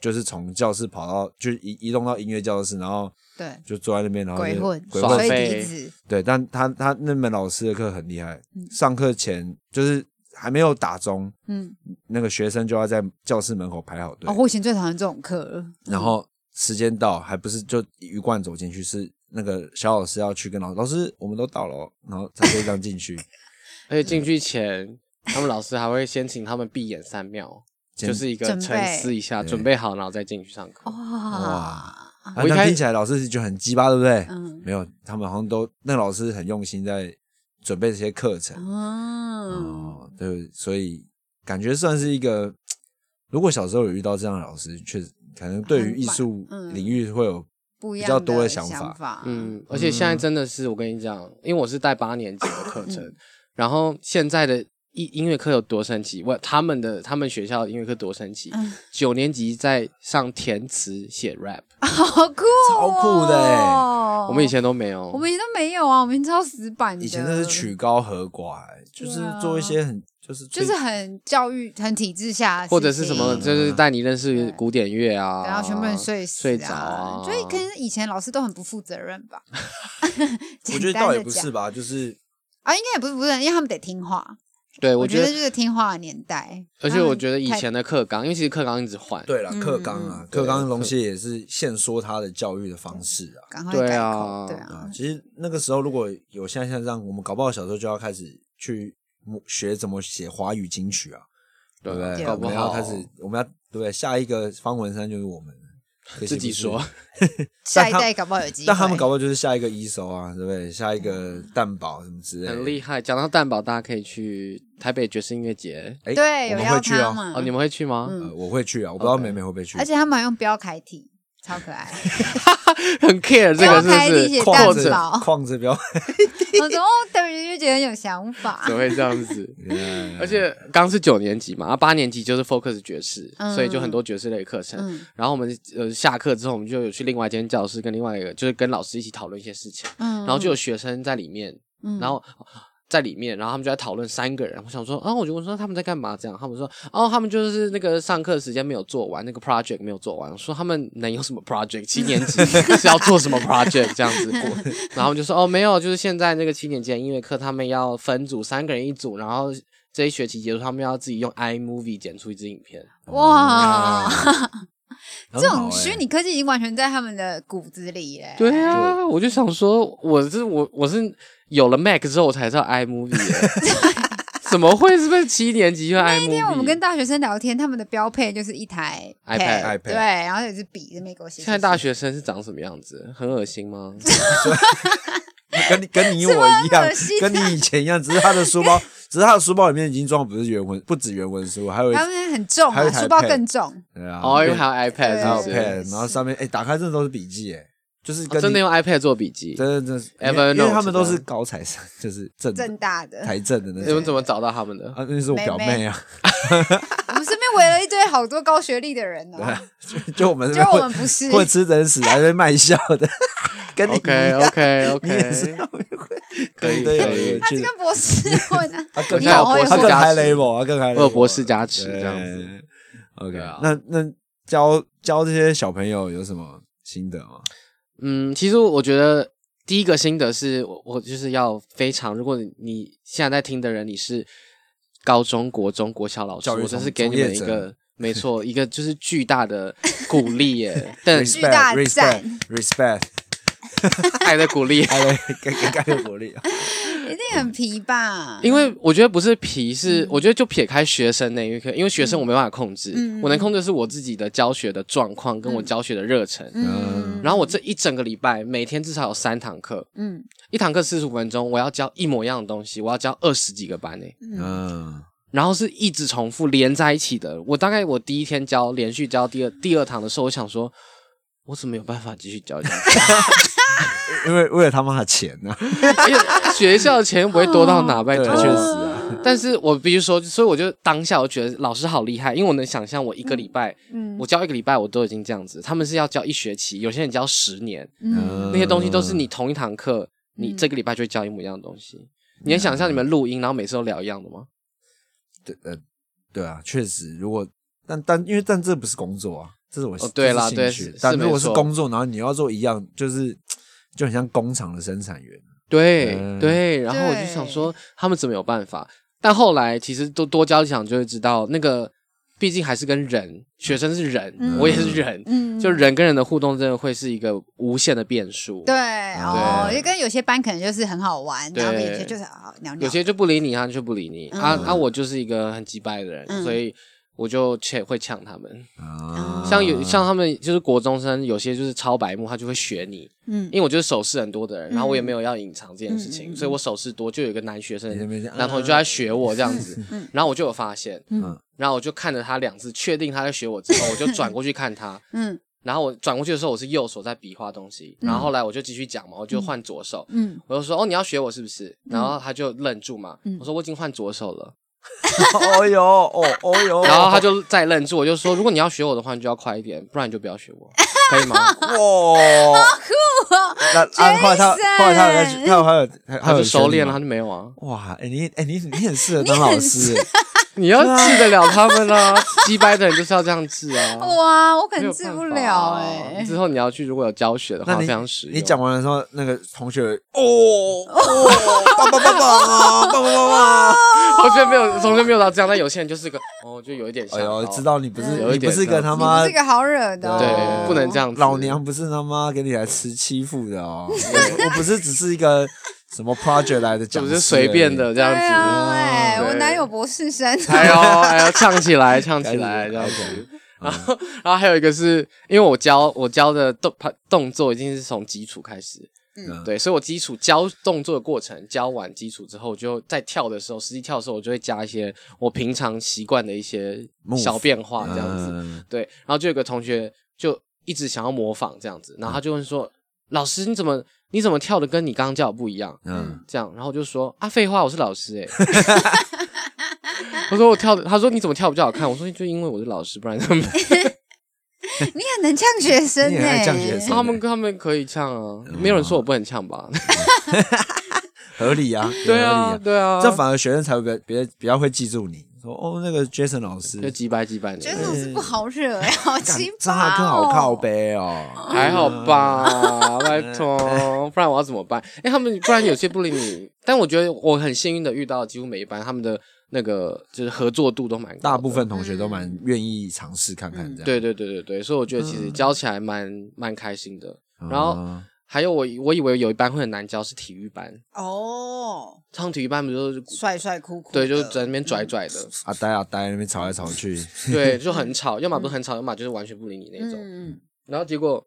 就是从教室跑到就移移动到音乐教室，然后对，就坐在那边，然后就鬼混，鬼耍混吹废笛子，对，但他他那门老师的课很厉害，上课前就是还没有打钟，嗯，那个学生就要在教室门口排好队。哦，我以前最讨厌这种课了。然后时间到，还不是就鱼贯走进去，是那个小老师要去跟老师，老师我们都到了哦，然后才可以这样进去，而且进去前，他们老师还会先请他们闭眼三秒，先就是一个准备哦沉思一下，对准备好然后再进去上 课。哇，啊，我一那开听起来老师就很鸡巴，对不对？嗯没有，他们好像都那老师很用心在准备这些课程，嗯，哦，对，所以感觉算是一个，如果小时候有遇到这样的老师，确实可能对于艺术很满嗯领域会有不一比样较多的想法，法。嗯，而且现在真的是我跟你讲，因为我是带八年级的课程，嗯然后现在的音音乐课有多神奇？我他们的他们学校的音乐课多神奇嗯，九、年级在上填词写 rap，、好酷哦，超酷的欸我们以前都没有，我们以前都没有啊，我们以前超死板的。以前那是曲高和寡、欸就是对啊做一些很就是就是很教育、很体制下的事情，或者是什么，就是带你认嗯识对古典乐啊，然后全部人睡死、啊、睡着啊，所以可能以前老师都很不负责任吧。我觉简得单倒也的不讲是吧，就是啊，应该也不是不是，因为他们得听话。对我我觉得就，是听话的年代，而且他们我觉得以太前的课纲，因为其实课纲一直换，对了，嗯课纲啊，课纲对龙蟹也是限缩他的教育的方式啊。赶快对改啊口，对啊啊，，其实那个时候如果有现在像这样，我们搞不好小时候就要开始去学怎么写华语金曲啊，对不对？对我搞不们要好开始，我们要对不对？下一个方文山就是我们可惜自己不是说下但一他代搞不好有机会。但他们搞不好就是下一个一手啊，对不对？下一个蛋堡什么之类的，很厉害。讲到蛋堡，大家可以去台北爵士音乐节。哎，我对，有们会要去他哦，嘛？哦，你们会去吗？嗯呃，我会去啊，我不知道 OK 美美会不会去而，且他们还用标楷体，超可爱。 很 care 这个不是要开地铁大不是？矿或门子者堡矿指标，我说哦，对，就觉得很有想法 怎。么会这样子？ Yeah 而且刚是九年级嘛，啊八年级就是 focus 爵士，嗯所以就很多爵士类课程。嗯然后我们呃下课之后，我们就有去另外一间教室，跟另外一个就是跟老师一起讨论一些事情。嗯，然后就有学生在里面，嗯然后在里面，然后他们就在讨论三个人。我想说，啊，我就问说他们在干嘛？这样，他们说，哦，他们就是那个上课时间没有做完，那个 project 没有做完。我说他们能有什么 project？七年 级是要做什么 project 这样子？我然后我就说，哦，没有，就是现在那个七年级的音乐课，他们要分组，三个人一组，然后这一学期结束，他们要自己用 iMovie 剪出一支影片。哇，嗯 很这好种欸虚拟科技已经完全在他们的骨子里嘞。对啊，我就想说，我是我我是有了 Mac 之后我才知道 iMovie，欸 怎么会是不是七年级就 iMovie？那天我们跟大学生聊天，他们的标配就是一台 iPad pad， iPad 对，然后有一支笔在那边给我写。现在大学学生是长什么样子？很恶心吗？跟你跟你 是我吗一样恶心，跟你以前一样，只是他的书包，只是他的书包里面已经装不是原文，不止原文书，还有一他们很重还有啊，一台书包 pad 更重，对啊， 哦，因为还还有有 iPad，对是不有是 pad，然后上面哎打开这都是笔记，哎，就是哦跟真的你用 iPad 做笔记。真的真的是，因 Evernote 为因为他们都是的高材生，就是正正大的。台正的那你种们怎么找到他哎们的？啊，那是我妹表妹妹啊，我们身边围了一堆好多高学历的人哦， 就我们这就边我啊会们不是，混吃等死，还在卖笑的， 跟 你一 OK 样 OK 你也是 OK，可以对可以对，他这去跟博士混啊，他更你好会他混更加 high 持 level，他更 high level，我有博士加持对这样子。。 OK，对啊那那教教这些小朋友有什么心得吗？嗯，其实我觉得第一个心得是我我就是要非常，如果你你现在在听的人你是高中国中国小老师，教育我真从是给你从业们一者个没错一个就是巨大的鼓励耶，但嗯巨大赞 respect，respect，，爱的鼓励哎，给给给点鼓励。一定很皮吧？ 因为我觉得不是皮嗯是，我觉得就撇开学生那一刻，因为学生我没办法控制，嗯嗯我能控制是我自己的教学的状况跟我教学的热忱。嗯，然后我这一整个礼拜，每天至少有三堂课，嗯一堂课四十五分钟，我要教一模一样的东西，我要教二十几个班诶、嗯嗯，然后是一直重复连在一起的。我大概我第一天教，连续教第二第二堂的时候，我想说，我怎么有办法继续教下去？因为为了他妈的钱呢，因为学校的钱不会多到哪，拜托。 对确实啊，但是我必须说，所以我就当下我觉得老师好厉害，因为我能想象我一个礼拜，嗯我教一个礼拜我都已经这样子，他们是要教一学期，有些人教十年，嗯那些东西都是你同一堂课，你嗯这个礼拜就会教一模一样的东西。你能想象你们录音，然后每次都聊一样的吗？对呃，对啊，确实，如果但但因为但这不是工作啊，这是我哦对啦这对是兴是趣。但是没如果是错工作，然后你要做一样，就是就很像工厂的生产员，对、嗯对，然后我就想说，他们怎么有办法？但后来其实多多教几场就会知道，那个毕竟还是跟人，学生是人，嗯我也是人，嗯就人跟人的互动真的会是一个无限的变数。对哦，就跟有些班可能就是很好玩，然后对有些就是啊鸟鸟，有些就不理你，他就不理你。啊嗯啊，我就是一个很急败的人，嗯所以我就且会呛他们。啊，像有像他们就是国中生，有些就是超白目，他就会学你。嗯因为我就是手势很多的人，然后我也没有要隐藏这件事嗯嗯情，嗯所以我手势多，就有一个男学生你那边这样，男同学就在学我这样子，然后我就有发现，嗯然后我就看着他两次，确定他在学我之后，我就转过去看他。嗯然后我转过去的时候，我是右手在比划东西，然后嗯后来我就继续讲嘛，我就换左手，嗯，我就说哦，你要学我是不是？然后他就愣住嘛，我说我已经换左手了， 哦哟，哦哦哟，然后他就再愣住，我就说如果你要学我的话，你就要快一点，不然你就不要学我，可以吗？哇，好酷哦！那啊，后来他后来他有在去，他有还有还有他还有就收去敛了，吗他就没有啊。哇，哎、你哎、你你很适合当老师、哎你要治得了他们啊，击败的人就是要这样治啊。哇， 我可没能有治办不法了啊哎，之后你要去，如果有教学的那话，你非常实用。你讲完的时候，那个同学哦哦，棒棒棒棒啊，棒棒棒棒！ 我觉得没有，从来没有到这样，但有些人就是个，哦，就有一点像。哎呦，知哦。道你不是有你一不点是个他你不妈是个好惹的哦，对，不能这样子。老娘不是他妈给你来吃欺负的哦，我我不是只是一个什么 project 来的就讲不师，是随便的这样对啊，子。哎，对我哪有博士生？哎呦哎呦，唱起来唱哎，起来这样子。子。然后嗯 然后还有一个是因为我教我教的动动作已经是从基础开始，嗯对，所以我基础教动作的过程，教完基础之后，我就在跳的时候，实际跳的时候，我就会加一些我平常习惯的一些 Move 小变化，这样子。嗯对，然后就有个同学就一直想要模仿这样子，然后他就问说：“老师，你怎么你怎么跳的跟你刚刚教的不一样嗯，？”这样，然后我就说：“啊，废话，我是老师哎、欸。” 我说我跳的，他说你怎么跳比较好看？我说就因为我是老师，不然 他 们你很能呛学生你很哎，爱呛学生他们他们可以唱啊，没有人说我不能唱吧？嗯 合理啊，合对理啊，对啊，这反而学生才会比较比较会记住你。说哦，那个 Jason 老师就几百几百觉年得，老师不好惹哎，好干奇葩哦，啊张哈克好靠背哦。还好 吧，拜托，不然我要怎么办？哎、他们不然有些不理你， 但我觉得我很幸运的遇到几乎每一班他们的那个就是合作度都蛮高的大部。分同学都蛮愿意尝试看看这样。嗯对对对对对，所以我觉得其嗯实教起来蛮蛮、开心的。然后啊还有我以我以为有一班会很难教是体育班，哦，唱体育班不就是帅帅酷酷的，对，就是在那边拽 拽的，阿呆阿呆那边吵来吵去，嗯对，就很吵，要么不是很吵，要么就是完全不理你那种。嗯，然后结果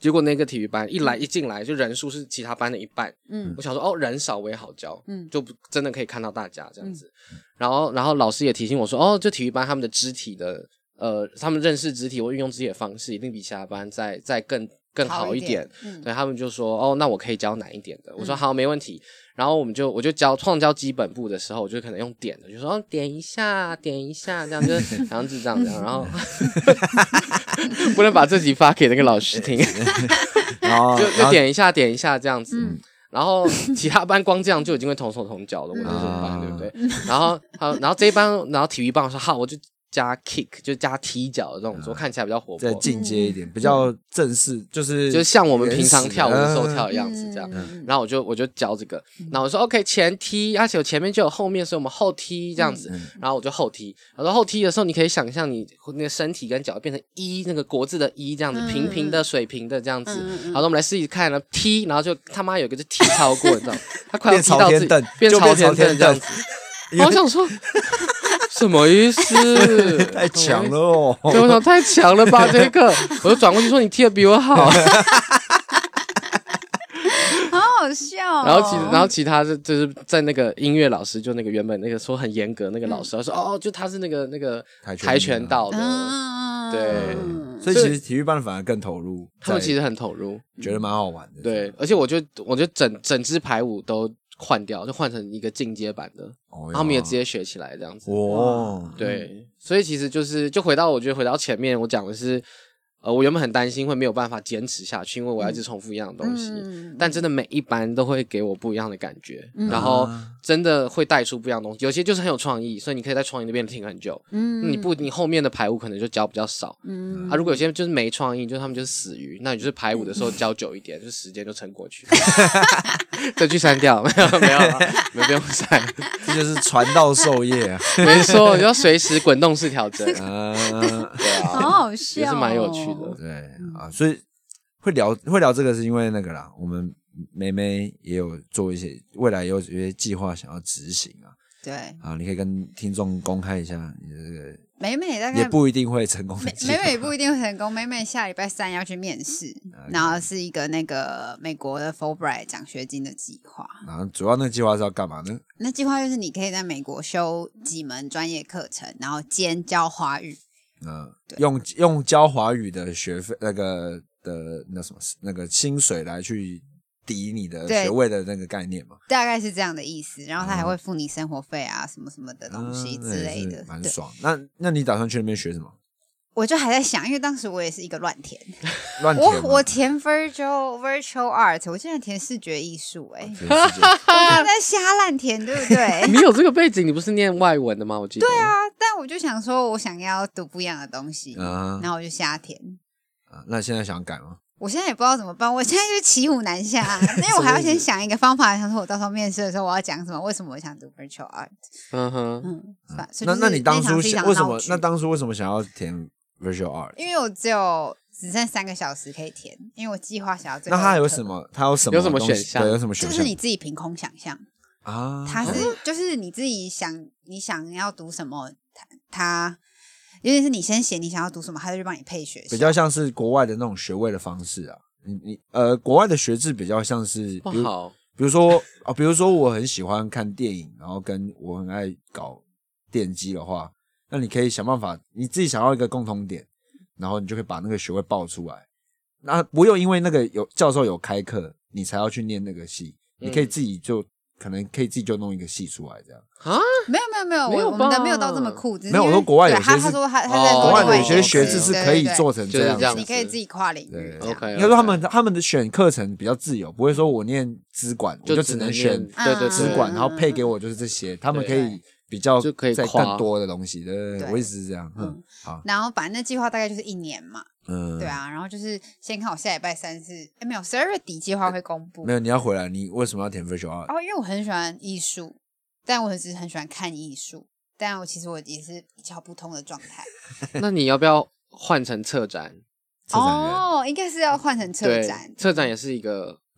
结果那个体育班一来一进来就人数是其他班的一半，嗯我想说哦人少我也好教，嗯就不真的可以看到大家这样子。然后然后老师也提醒我说哦，这体育班他们的肢体的呃，他们认识肢体或运用肢体的方式一定比其他班再再更更好好一点。，嗯对他们就说哦，那我可以教难一点的。我说嗯好，没问题。然后我们就我就教创教基本步的时候，我就可能用点的，就说哦点一下，点一下，这样就是然后就这样这样，然后 不能把自己发给那个老师听，就然后哦然就后点一下点一下这样子。嗯然后其他班光这样就已经会同手同脚了，我这是班、嗯对不对？然后好，然后这一班，然后体育班我说好，我就加 kick，就加踢脚的这种做，看起来比较活嗯再泼，进阶一点，比嗯较正式，就是就像我们平常原始跳舞的时候嗯跳的样子这样。嗯然后我就我就教这个，然后我说 OK 前踢，而且我前面就有后面，所以我们后踢这样子，嗯然后我就后踢，然后后踢的时候，你可以想象你那个身体跟脚变成一那个国字的一这样子，嗯平平的、水平的这样子。嗯嗯嗯然后我们来试一看了踢，然后就他妈有一个就踢超过，你知道吗？他快要变踢朝到自天己凳，变就朝变天朝凳天这样凳子，， 然后我 想说什么意思？太强了哦！对，我想太强了吧，这个，我就转过去说你踢的比我好。好好笑哦。然后其然后其他是就是在那个音乐老师，就那个原本那个说很严格那个老师，他说哦，就他是那个那个跆拳跆拳道的，嗯，对 所以其实体育班反而更投入，他们在其实很投入，觉得蛮好玩的。对，而且我就我就整整支排舞都换掉，就换成一个进阶版的，哦，他们也直接接学起来这样子，哇，嗯对，所以其实就是就回到我觉得回到前面我讲的是，呃，我原本很担心会没有办法坚持下去，因为我要一直重复一样的东西，嗯但真的每一班都会给我不一样的感觉，嗯然后啊真的会带出不一样的东西。有些就是很有创意，所以你可以在创意那边停很久。嗯你不，你后面的排舞可能就教比较少。嗯啊，如果有些就是没创意，就是他们就是死鱼，那你就是排舞的时候教久一点，就是时间就撑 过去，再去 删掉，没有没有啊，没有不用删，这就是传道授业啊。没错，你要随时滚动式调 整， 嗯对啊，好好笑，哦也是蛮有趣的。对嗯啊，所以会聊会聊这个是因为那个啦，我们妹妹也有做一些未来也有一些计划想要执行啊对，啊，你可以跟听众公开一下你的这个，美美大概也不一定会成功的美计划美 美不一定会成功。美美下礼拜三要去面试，啊然后是一个那个美国的 Fulbright 奖学金的计划。然后啊主要那个计划是要干嘛呢？那计划就是你可以在美国修几门专业课程，然后兼教华语。嗯，对用用教华语的学费那个的那什么那个薪水来去抵你的对学位的那个概念嘛，大概是这样的意思，然后他还会付你生活费啊，什么什么的东西啊之那类也的是。蛮对，爽。那那你打算去那边学什么？我就还在想，因为当时我也是一个乱填，乱填我吗我填 virtual virtual art，我竟然填视觉艺术、 欸，哎，全世界 我在瞎乱填，对不对？ 你有这个背景，你不是念外文的吗？我记得。对啊，但我就想说，我想要读不一样的东西，啊然后我就瞎填。啊，那现在想改吗？我现在也不知道怎么办，我现在就是骑虎难下 啊，因为我还要先想一个方法，想说我到时候面试的时候我要讲什么，为什么我想读 virtual art？嗯哼，嗯，算了所以那就是那你当场初是一想场为什闹么？剧那当初为什么想要填 visual art？因为我只有只剩三个小时可以填，因为我计划想要最那后它一有刻什？么？它有什么？有什么选项对，有什么就选项？是你自己凭空想象，啊，它是就是你自己想你想要读什么，它它有点是你先写你想要读什么，他就帮你配学比校。较像是国外的那种学位的方式啊。你你呃，国外的学制比较像是，不比如好，比如说啊、比如说我很喜欢看电影，然后跟我很爱搞电机的话，那你可以想办法，你自己想要一个共同点，然后你就可以把那个学位报出来。那不用因为那个有教授有开课，你才要去念那个系，嗯你可以自己就、可能可以自己就弄一个系出来这样。没有没有没有，没有我我们的吧没有到这么酷，只是没有因为我说国外有对他些他是说他他哦在说国外另外的一有些个学对制对可以对做成就是样这子样你可以自己跨领域对这样。哎 OK，应该说他们他们的选课程比较自由，不会说我念资管我就只能念选对对对资管，嗯然后配给我就是这些，他们可以比较就可以在跨更多的东西。对对对，对我一直是这样。嗯嗯，好，然后反正那计划大概就是一年嘛，嗯，对，啊，然后就是先看我下礼拜三是，哎没有十二月底计划会公布没，有你要回来，你为什么要填 visual art？哦，因为我很喜欢艺术，但我只是很喜欢看艺术，但我其实我也是一窍不通的状态。 那你要不要换成策展？策展人哦，应该是要换成策对展，策展也是一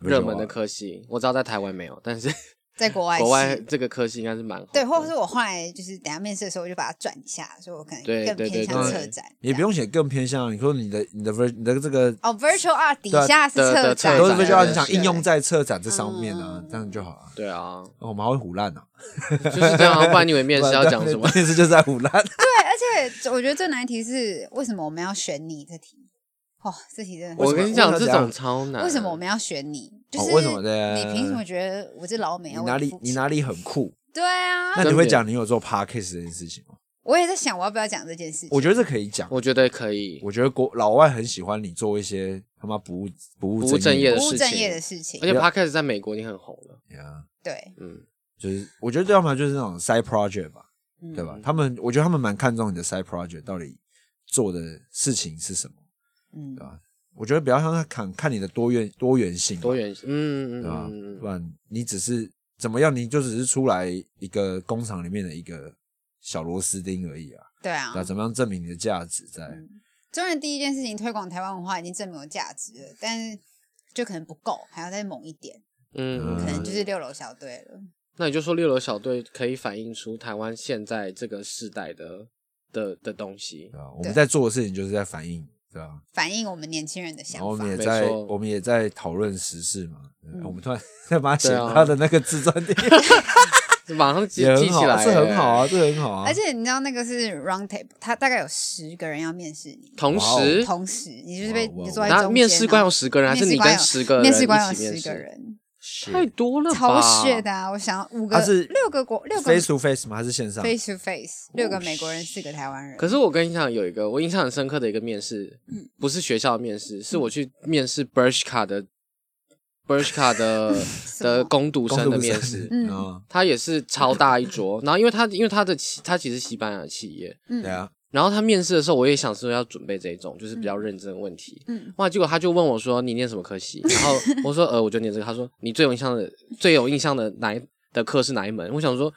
热门的科系。我知道在台湾没有，但是在国外国外系这个科系应该是蛮好的对，或者是我后来就是等一下面试的时候，我就把它转一下，所以我可能对更对偏对向对策展。也不用写更偏向，你说你的你的 ver 你的这个哦，virtual art 底对啊下是的策的展，策都是展 virtual art，你想哦对啊应用在策展这上面啊嗯，这样就好了。对啊，哦我们还会胡烂啊，？就是这样啊，不然你以为面试要讲什么 面试就是在胡烂。对，而且我觉得最难的题是为什么我们要选你这题？哦，这题真的我很，跟你讲，为什这么种超难。为什么我们要选你？就哦是为什么的你凭什么觉得我这老美你啊？我哪里不你哪里很酷？对啊？那真你的会讲你有做 podcast 这件事情吗？我也在想，我要不要讲这件事情？我觉得这可以讲。我觉得可以，我觉得国老外很喜欢你做一些他妈不务不务不务正业业的不务事正情业的事情而，且 podcast 在美国已经很红了。的呀，对，嗯，就是我觉得对他们来说就是那种 side project 吧，嗯对吧？他们我觉得他们蛮看重你的 side project 到底做的事情是什么，嗯对，吧？我觉得比较像他看看你的多元多元性吧，啊多元，嗯嗯对啊吧嗯？不嗯，然你只是怎么样，你就只是出来一个工厂里面的一个小螺丝钉而已啊，对啊对吧？。怎么样证明你的价值在？中然第一件事情推广台湾文化已经证明有价值了，但是就可能不够，还要再猛一点，嗯，可嗯能就是六楼小队了。那你就说六楼小队可以反映出台湾现在这个世代的的的东西对。吧？啊我们在做的事情就是在反映，对吧？反映我们年轻人的想然后我法们。也没在错我们也在讨论时事嘛，对啊嗯我们突 然再把它写对啊他的那个自传点马上记也记很好起啊，来，这很好。啊，这很好哦啊。而且你知道那个是 round table，他大概有十个人要面试你，同时，同时你就是被哇哇你哇就坐在中那间。面试官然有后十个人，还是面试你官跟有十个人？面试官有一起面十试个，人，太多了吧？超血的啊！我想要五个他是、六个国、六个 face to face 吗？还是线上？ face to face，六个美国人，四个台湾人。哦可是我跟你讲，有一个我印象很深刻的一个面试，嗯不是学校的面试，是我去面试 Bershka 的 Bershka 的么的攻读公司生的不是面试，嗯啊，他也是超大一桌，然后因为他因为他的其他其实西班牙企业，对嗯啊，然后他面试的时候我也想说要准备这一种就是比较认真的问题，嗯，哇，结果他就问我说你念什么科系，然后我说呃我就念这个，他说你最有印象的最有印象的哪一的课是哪一门？我想说。我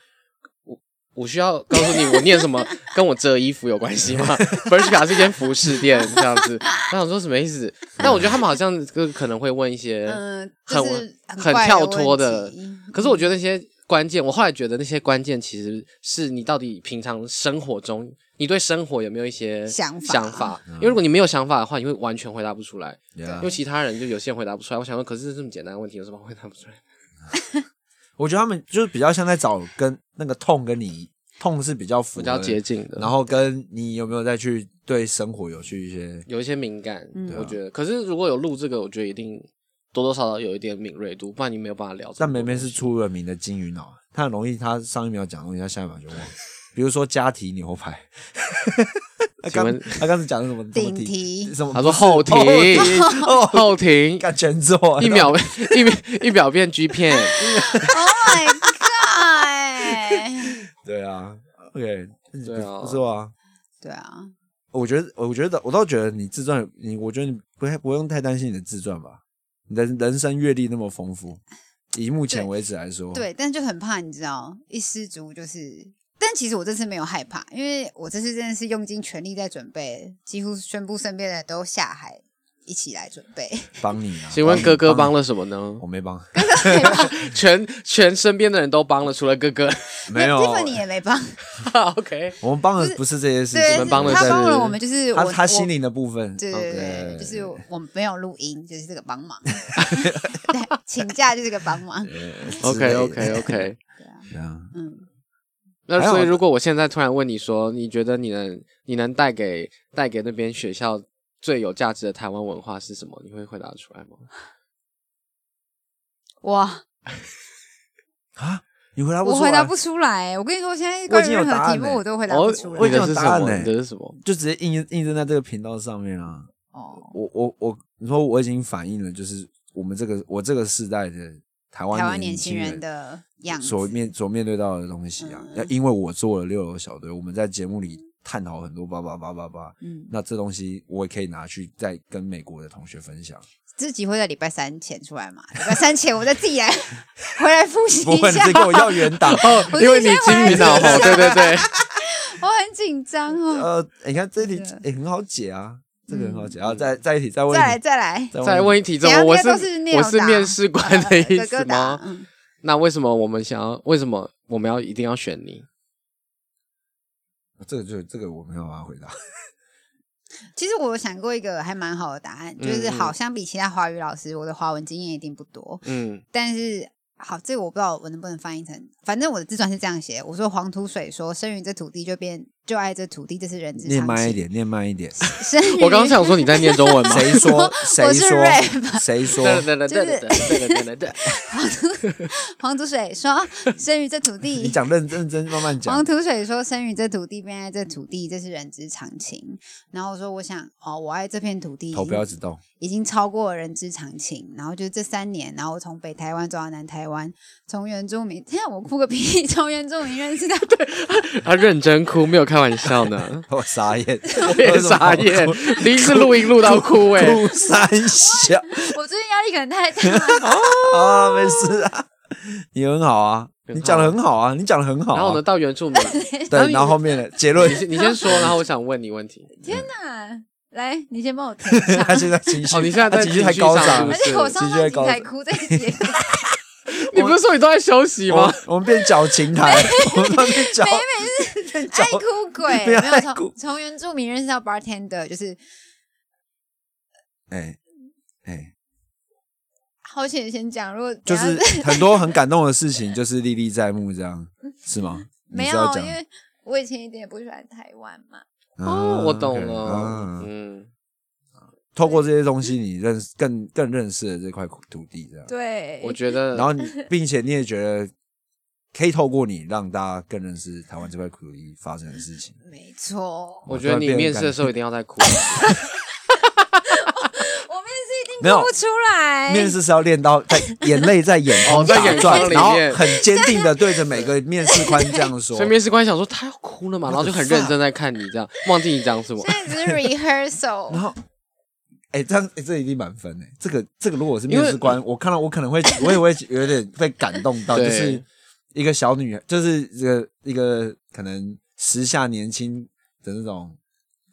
我需要告诉你我念 什么跟我折衣服有关系吗？Bershka 是一间服饰店这样子，我想说什么意思？但我觉得他们好像就可能会问一些嗯，很就是很怪跳问脱的题可是我觉得那些关键，我后来觉得那些关键其实是你到底平常生活中，你对生活有没有一些想法想法？因为如果你没有想法的话，你会完全回答不出来。对因啊为其他人就有些人回答不出来。我想说，可是这么简单的问题，有什么回答不出来？我觉得他们就是比较像在找跟那个痛跟你痛是比较符比合较接近的，然后跟你有没有再去对生活有去一些有一些敏感，嗯我觉得。可是如果有录这个，我觉得一定多多少少有一点敏锐度，不然你没有办法聊这么多。但梅 梅是出了名的金鱼脑，她很容易，她上一秒讲的东西，她下一秒 就忘了。比如说加蹄牛排， 她请刚问她刚才讲的什么什么顶题什么？他说 后庭后蹄哦，后庭 干全做一秒 一秒一秒变 G 片， Oh my god！ 对啊，OK，对啊不错啊。对啊，我觉得，我觉得，我倒觉得你自传，你我觉得你不太不用太担心你的自传吧，你的人生阅历那么丰富，以目前对为止来说，对，但就很怕，你知道，一失足就是。但其实我这次没有害怕，因为我这次真的是用尽全力在准备，几乎宣布身边的人都下海一起来准备。 帮你啊。请问哥哥帮了？了什么呢我？没帮， 全全身边的人都帮了，除了哥 哥。没有。 ，Tiffany 也没 帮， OK，我们帮的不是这些事情，对，们帮的他是帮了我们，就是他我他我心灵的部分，对对对， OK 就是我们没有录音，就是这个帮忙， 对，请假就是这个帮忙，呃 OK OK OK。对啊，嗯，那还好所以，如果我现在突然问你说，你觉得你能你能带给带给那边学校最有价值的台湾文化是什么？你会回答得出来吗？哇，啊，你回答不我出来，回答不出来，我跟你说，我现在我已关经于有任答何案题目了我都回答哦不出，我来已经你有的是什答案欸么？嘞你的是什么？就直接印印证在这个频道上面啊。哦。我我我，你说我已经反映了，就是我们这个我这个世代的台湾台湾年轻轻人的样子，所面所面对到的东西啊。嗯要因为我做了六楼小队，我们在节目里探讨很多八八八八八，嗯，那这东西我也可以拿去再跟美国的同学分 享。自己会在礼拜三前出来嘛？礼拜三前我再自己来 回来复习不一会，你下这，给我要原档。哦我因为自己你先金回来鱼脑啊复习吼，一对下对对， 我很紧张哦。呃，你看这题是的也很好解啊，这个很好解。然后嗯再再一题，再问再一来题，再来，再再问问一一题，怎么？怎样我这些都是我念是答面试官的 意哥哥思打吗？嗯那为什么我们想要？为什么我们要一定要选你？这个就这个我没有办法回答。其实我有想过一个还蛮好的答案，就是嗯嗯好相比其他华语老师，我的华文经验一定不多。嗯但是好，这个我不知道我能不能翻译成，反正我的自传是这样写，我说黄土水说生于这土地就变就爱这土地，这是人之念常慢一情。点，念慢一点。 生于我刚刚想说你在念中文吗？谁说？谁我是说？ rap 谁说？ 对对对对对就对对对对，黄土水说生于这土 你地。讲认认真，慢慢黄讲。土水说：“生于这土地，便爱这土地，这是人之常情。”然后我说：“我想，哦，我爱这片土地，头不要只动。已经超过人之常情。然后就是这三年，然后我从北台湾走到南台湾，从原住民，天啊，我哭个屁！从原住民认识到 他认真哭，没有开玩笑 呢。我傻眼，我也 傻眼，第一次录音录 到哭 哎、哭三小我最近压力可能太大了。啊，没事啊，你很好啊，你讲的很好啊，你讲的很好啊。然后呢，到原 住民，对，然后后面 的结论你，先你先说，然后我想问你 问题。天哪！来，你先帮我填一下。他现在情绪， 哦你现在在他情绪太情绪高上是涨不而是了。且我上情绪上在集高才涨哭这一集，你不是说你都在休息吗我？我们变矫情台， 我们变矫，变矫爱哭鬼，不没要有爱哭从从原住民认识到 bartender，就是哎哎，好险先讲，如果等就下是很多很感动的事情，就是历历在目，这样是吗？你没是要有，讲因为我以前一点也不喜欢台湾嘛。 哦，我懂啊了。 ，OK，啊嗯，透过这些东西，你认识更更认识了这块土地，这样。对，我觉得，然后你，并且你也觉得可以透过你让大家更认识台湾这块土地发生的事情。没错，我觉得你面试的时候一定要在哭。我面试一定没有哭不出来，面试是要练到在眼泪在眼眶哦在打眼眶转，里然后面很坚定的对着每个面试官这样说 所以。面试官想说他要哭 了嘛，然后就很 What the 认真在看你， 这样忘记你讲什么。现在只是哦 rehearsal，然后，哎、这样、哎这一定满分哎、这个这个，如果我是因为面试官，我看到我可能会，我也会有点被感动到，就对是一个小女，就是一个一个可能时下年轻的那种，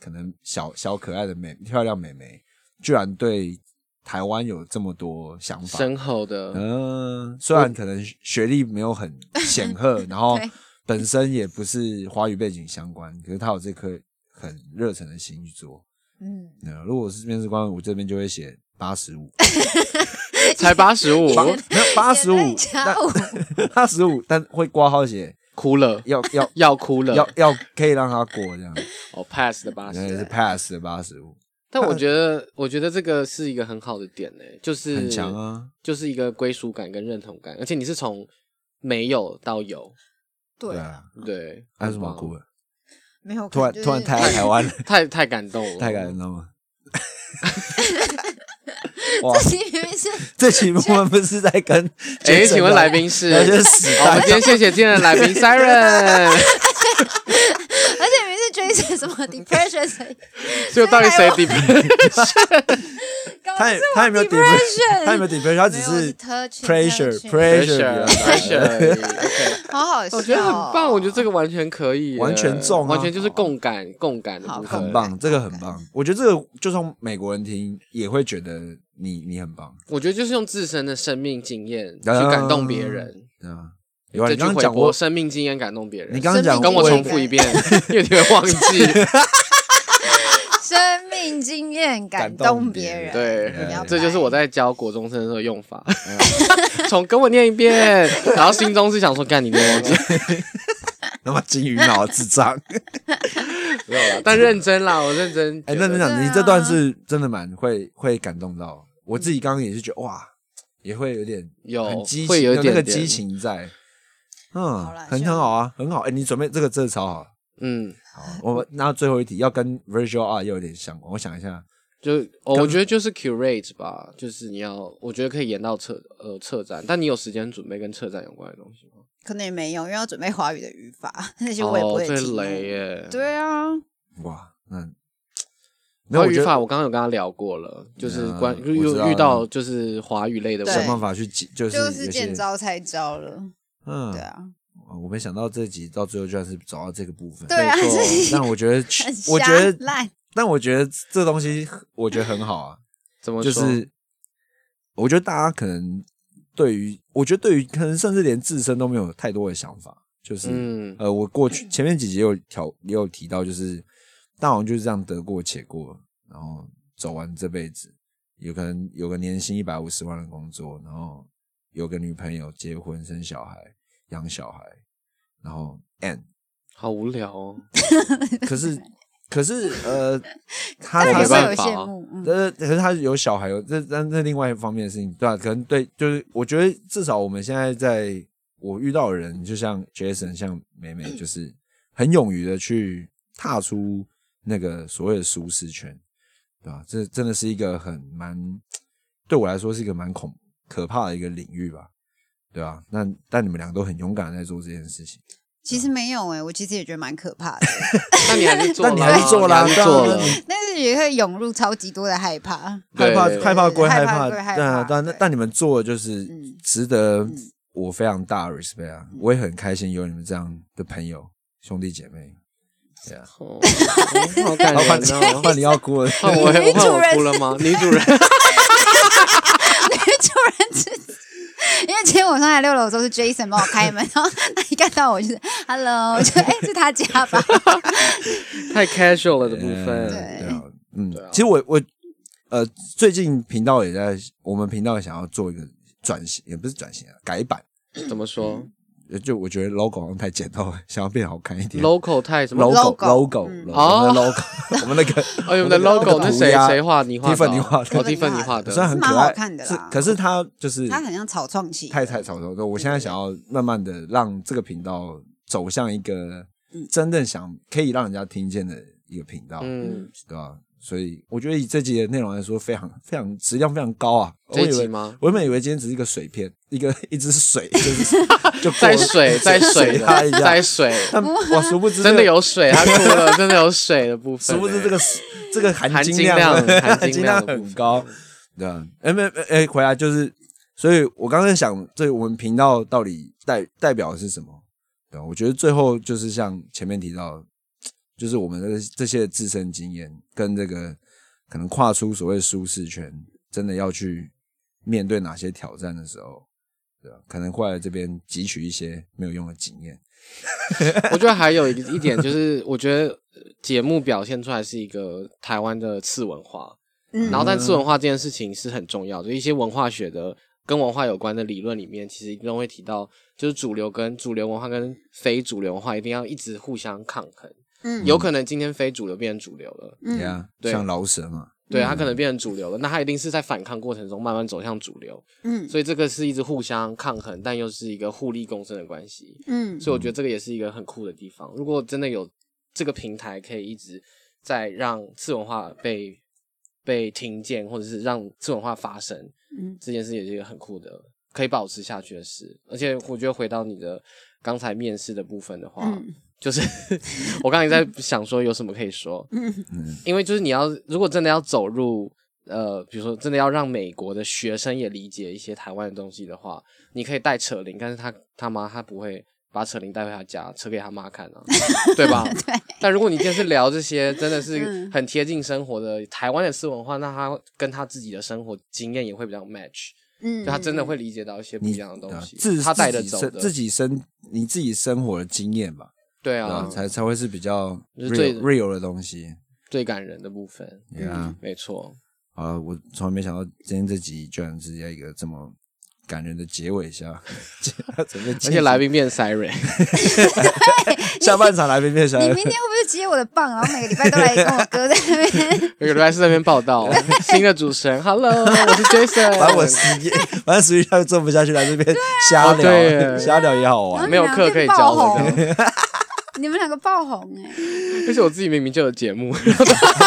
可能小小可爱的美漂亮美眉，居然对台湾有这么多想法。深厚的，嗯、虽然可能学历没有很显赫，然 后对本身也不是华语背景相关，可是他有这颗很热忱的心去做。嗯，那呃如果我是面试官，我这边就会写八十 五，才八十 五，八没 有八十五也在，加五那 八十五，但会挂号写哭 了，要要 要哭了，要要可以让他过这样，哦 pass 的八然后也是十。 pass 的八十五，但我觉 得，我觉得这个是一个很好的点呢，就是很强，啊。就是一个归属感跟认同感，而且你是从没有到有，对对，啊， 对，还有什么好哭的？的？没有，突然突然太爱台湾了，太太感动了，太感人了 吗？哇，这明明是这期我们不是在跟 哎， Jason 请问聊来宾 是？聊些死好，我们蛋今天谢谢今天的来 宾 Siren，而且明明是追着什么 depression，谁就到底谁 d 搞他的也是我他也没有 depression， depression，他也没有 depression，他只没有是是 touching， pressure touching pressure 比较大 pressure？pressure，OK。好好笑，哦我觉得很棒，我觉得这个完全可以耶，完全中啊完全就是共感共感的部分，很棒，这个很棒。我觉得这个就算美国人听也会觉得你你很棒，我觉得就是用自身的生命经验去啊感动别人。对啊。有啊，这你句刚刚回讲播过，生命经验感动别人。你刚刚讲跟我生命重经验复一遍， 因为你会 忘记。生命经验感动别人，对你要，这就是我在教国中生的时候用法。 从跟我念一遍，然后心中是想说干你念忘记， 他妈金鱼脑智障。没有啦但认真啦，我认真。哎，认真对讲，啊你这段是真的蛮会会感动到我自己。刚刚也是觉得哇，也会有点有很激会情，有那点个点激情在。嗯好啦，很希望很好啊，很好。哎，你准备这个真的超好。嗯，好，我们那最后一题要跟 Virtual R 又有点相关，我想一下。就、哦、我觉得就是 curate 吧，就是你要，我觉得可以延到策呃策展，但你有时间准备跟策展有关的东西吗？可能也没用，因为要准备华语的语法，那些我也不会哦、听最。雷耶。对啊，哇，那没有华我语觉得法我刚刚有跟他聊过了，就是嗯关我遇知道遇到就是华语类的对想问题办。法去解，就是就有是些见招拆招了，嗯，对啊，哦我没想到这集到最后居然是走到这个部分。对啊，没错这是但我觉得 很，我觉得，烂，但我觉得这东西，我觉得很好啊。怎么就说是，我觉得大家可能对于我觉得对于可能甚至连自身都没有太多的想法，就是、嗯，呃，我过去前面几集也有调也有提到，就是大王就是这样得过且过，然后走完这辈子，有可能有个年薪一百五十万的工作，然后有个女朋友，结婚生小孩，养小孩，然后 and 好无 聊哦。 可是可是呃，他但那他是也是有办法啊羡慕，嗯，呃，可是他有小孩，有这那那另外一方面的事情，对吧、可能对，就是我觉得至少我们现在在我遇到的人，就像 Jason，像美美，就是很勇于的去踏出那个所谓的舒适圈，对吧、这真的是一个很蛮，对我来说是一个蛮恐可怕的一个领域吧，对吧、那但你们俩都很勇敢地在做这件事情，其实没有哎、我其实也觉得蛮可怕的， 那你还是做啦，但你还是做啦你还是做对啊了那。但是也会涌入超级多的害怕。 害对怕对对害怕归害害怕，怕归害怕但但对但你们做的就是嗯值得我非常大的 respect 啊！我也很开心有你们这样的朋友兄弟姐妹。哦 好感好，换你人哦！ 换你要哭了， 换我，女主换我人哭了吗？女主人，女主人之因为今天我上来六楼的时候是 Jason 帮我开门，然后他一看到我就是 Hello，我就哎、是他家吧？ 太 casual 了的部嗯分。 对对啊，嗯 对啊，其实我我呃，最近频道也在，我们频道想要做一个转型，也不是转型啊，改版。怎么说呃就我觉得 logo 好像太简陋了， 想要变好看一点。 ？logo 太什么？哦 logo logo， logo 嗯我们的 logo，我们那个哎，我们我们的的 logo 那谁涂鸦谁画？你画的哦？ Tiffany 画的哦，Tiffany 画 的。虽然很是蛮可好爱，看的啦是可是它啊就是他很像草创期，太太吵了。我现在想要慢慢的让这个频道走向一个真正想可以让人家听见的一个频道，嗯，对吧？所以我觉得以这集的内容来说，非常非常质量非常高啊！我这一以集为吗？我原本以为今天只是一个水片，一个一只水，就是 就过在了水，在水的它一，下在 水，但我殊不知真的这个，有水，他哭了，真的有水的部 分。殊不知这个这个含含金金量量含含金金量量的部很分高。对啊，哎没没哎，回来就是，所以我刚才想，对我们频道到底代代表的是什么？对啊、我觉得最后就是像前面提到，就是我们的这些自身经验跟这个可能跨出所谓舒适圈，真的要去面对哪些挑战的时候，对吧、可能会来这边汲取一些没有用的经验。 我觉得还有一一点就是，我觉得呃节目表现出来是一个台湾的次文化，嗯然后但次文化这件事情是很重要的，就一些文化学的跟文化有关的理论里面，其实一定都会提到，就是主流跟主流文化跟非主流文化一定要一直互相抗衡，嗯有可能今天非主流变成主流了。嗯对啊，对像老舍嘛，对它可能变成主流了，那它一定是在反抗过程中慢慢走向主流，嗯所以这个是一直互相抗衡，但又是一个互利共生的关系。嗯所以我觉得这个也是一个很酷的地方。如果真的有这个平台，可以一直在让次文化被被听见，或者是让次文化发生，嗯这件事也是一个很酷的，可以保持下去的事。而且我觉得回到你的刚才面试的部分的话，嗯就是 我刚才在想说有什么可以说，嗯因为就是你要如果真的要走入呃，比如说真的要让美国的学生也理解一些台湾的东西的话，你可以带扯铃，但是他他妈他不会把扯铃带回他家，扯给他妈看 啊，对吧？对。但如果你今天是聊这些真的是嗯很贴近生活的台湾的私文化，那他跟他自己的生活经验也会比较 match，嗯就他真的会理解到一些不你一样的东西，啊自他带着自己走生的自己生你自己生活的经验吧。对对啊啊，，才才会是比较就是最 real real 的东西。最感人的部分，对啊，没错，好了，我从来没想到今天这集居然是在一个这么感人的结尾下，整个 而且来宾变 siren， 下半场来宾变成你明 天会不会接我的棒？然后每个礼拜都来跟我哥在那边 有个来是那边报道， 新的主持人，Hello，我是 Jason，反正我十 一，反正十一下做不下去，来这 边啊瞎哦对聊，耶瞎聊也好嗯玩。没有课可以教我你们两个的，你们两个爆红哎、而且我自己明明就有节目，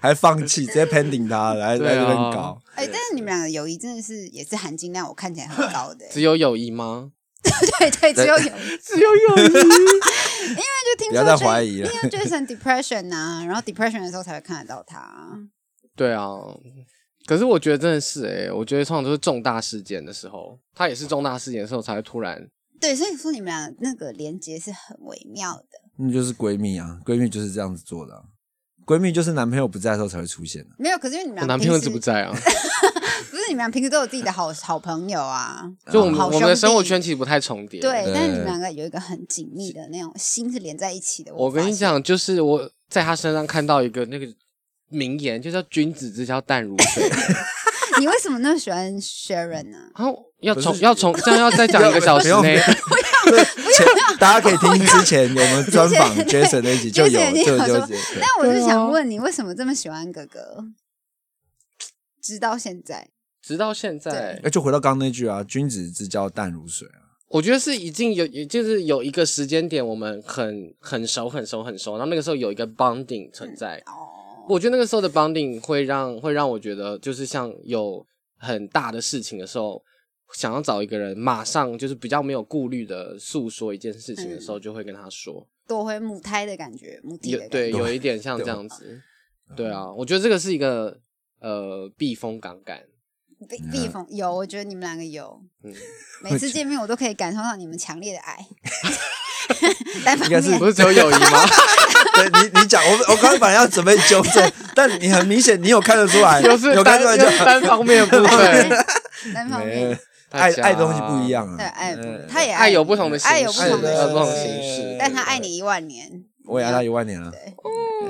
还放弃，直接 pending 他来对啊来这边搞。哎、但是你们两个友谊真的是也是含金量，我看起来很高的、欸只有友谊吗？对对，只有友谊，只有友谊，就听不说要再 Jason- 怀疑了因为 Jason depression 啊，然后 depression 的时候才会看得到他。 嗯对啊。可是我觉得真的是诶、我觉得通常都是重大事件的时候，他也是重大事件的时候才会突然对，所以说你们俩那个连接是很微妙的。嗯那就是闺蜜啊，闺蜜就是这样子做的啊。闺蜜就是男朋友不在的时候才会出现的、没有，可是因为你们俩我男朋平友时怎么在 啊？不是你们俩平时都有自己的好好朋友啊，就我们好我们的兄生活弟圈其实不太重叠。对，嗯对但是你们两个有一个很紧密的那种心是连在一起的。我跟发你现，讲，就是我在他身上看到一个那个名言，就叫“君子之交淡如 水”，你为什么那么喜欢 Sharon 呢？然后要不是重要重，这样要再讲一个小时不要内。前大家可以听之前我们专访之前 Jason 那一集就有 Jason 已经就有就说就但我就啊想问你，为什么这么喜欢哥哥？直到现在，直到现在哎，，就回到刚刚那句啊，君子之交淡如水啊， 我觉得是已经有，也就是有一个时间点，我们很很熟、很熟、很熟，然后那个时候有一个 bonding 存在。哦，我觉得那个时候的 bonding 会让会让我觉得，就是像有很大的事情的时候，想要找一个人，马上就是比较没有顾虑的诉说一件事情的时候，就会跟他说。夺回母胎的感觉，母体有嗯的感对，觉。有一点像这样子。对啊，我觉得这个是一个呃避风港感。避嗯避风有，我觉得你们两个有。 嗯每次见面我都可以感受到你们强烈的爱，单方应该是面不是只有友谊吗？对你你讲，我我刚刚本来要准备纠正，但你很明显你有看得出 来，就是哎有看单出来就是就单方面的部 分，单方没面爱大家爱的东西不一样啊，对爱不嗯，他也爱有你不同的形式，爱有不同呃的不同形式形式，但他爱你一万年。我也爱他一万年了。对，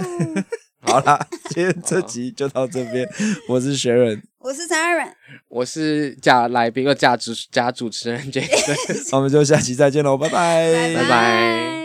好啦，今天这集就到这边，我是 Sharon，我是 Sharon，我是假来宾，呃假主假主持人 Jason，那我们就下期再见喽，拜拜拜拜。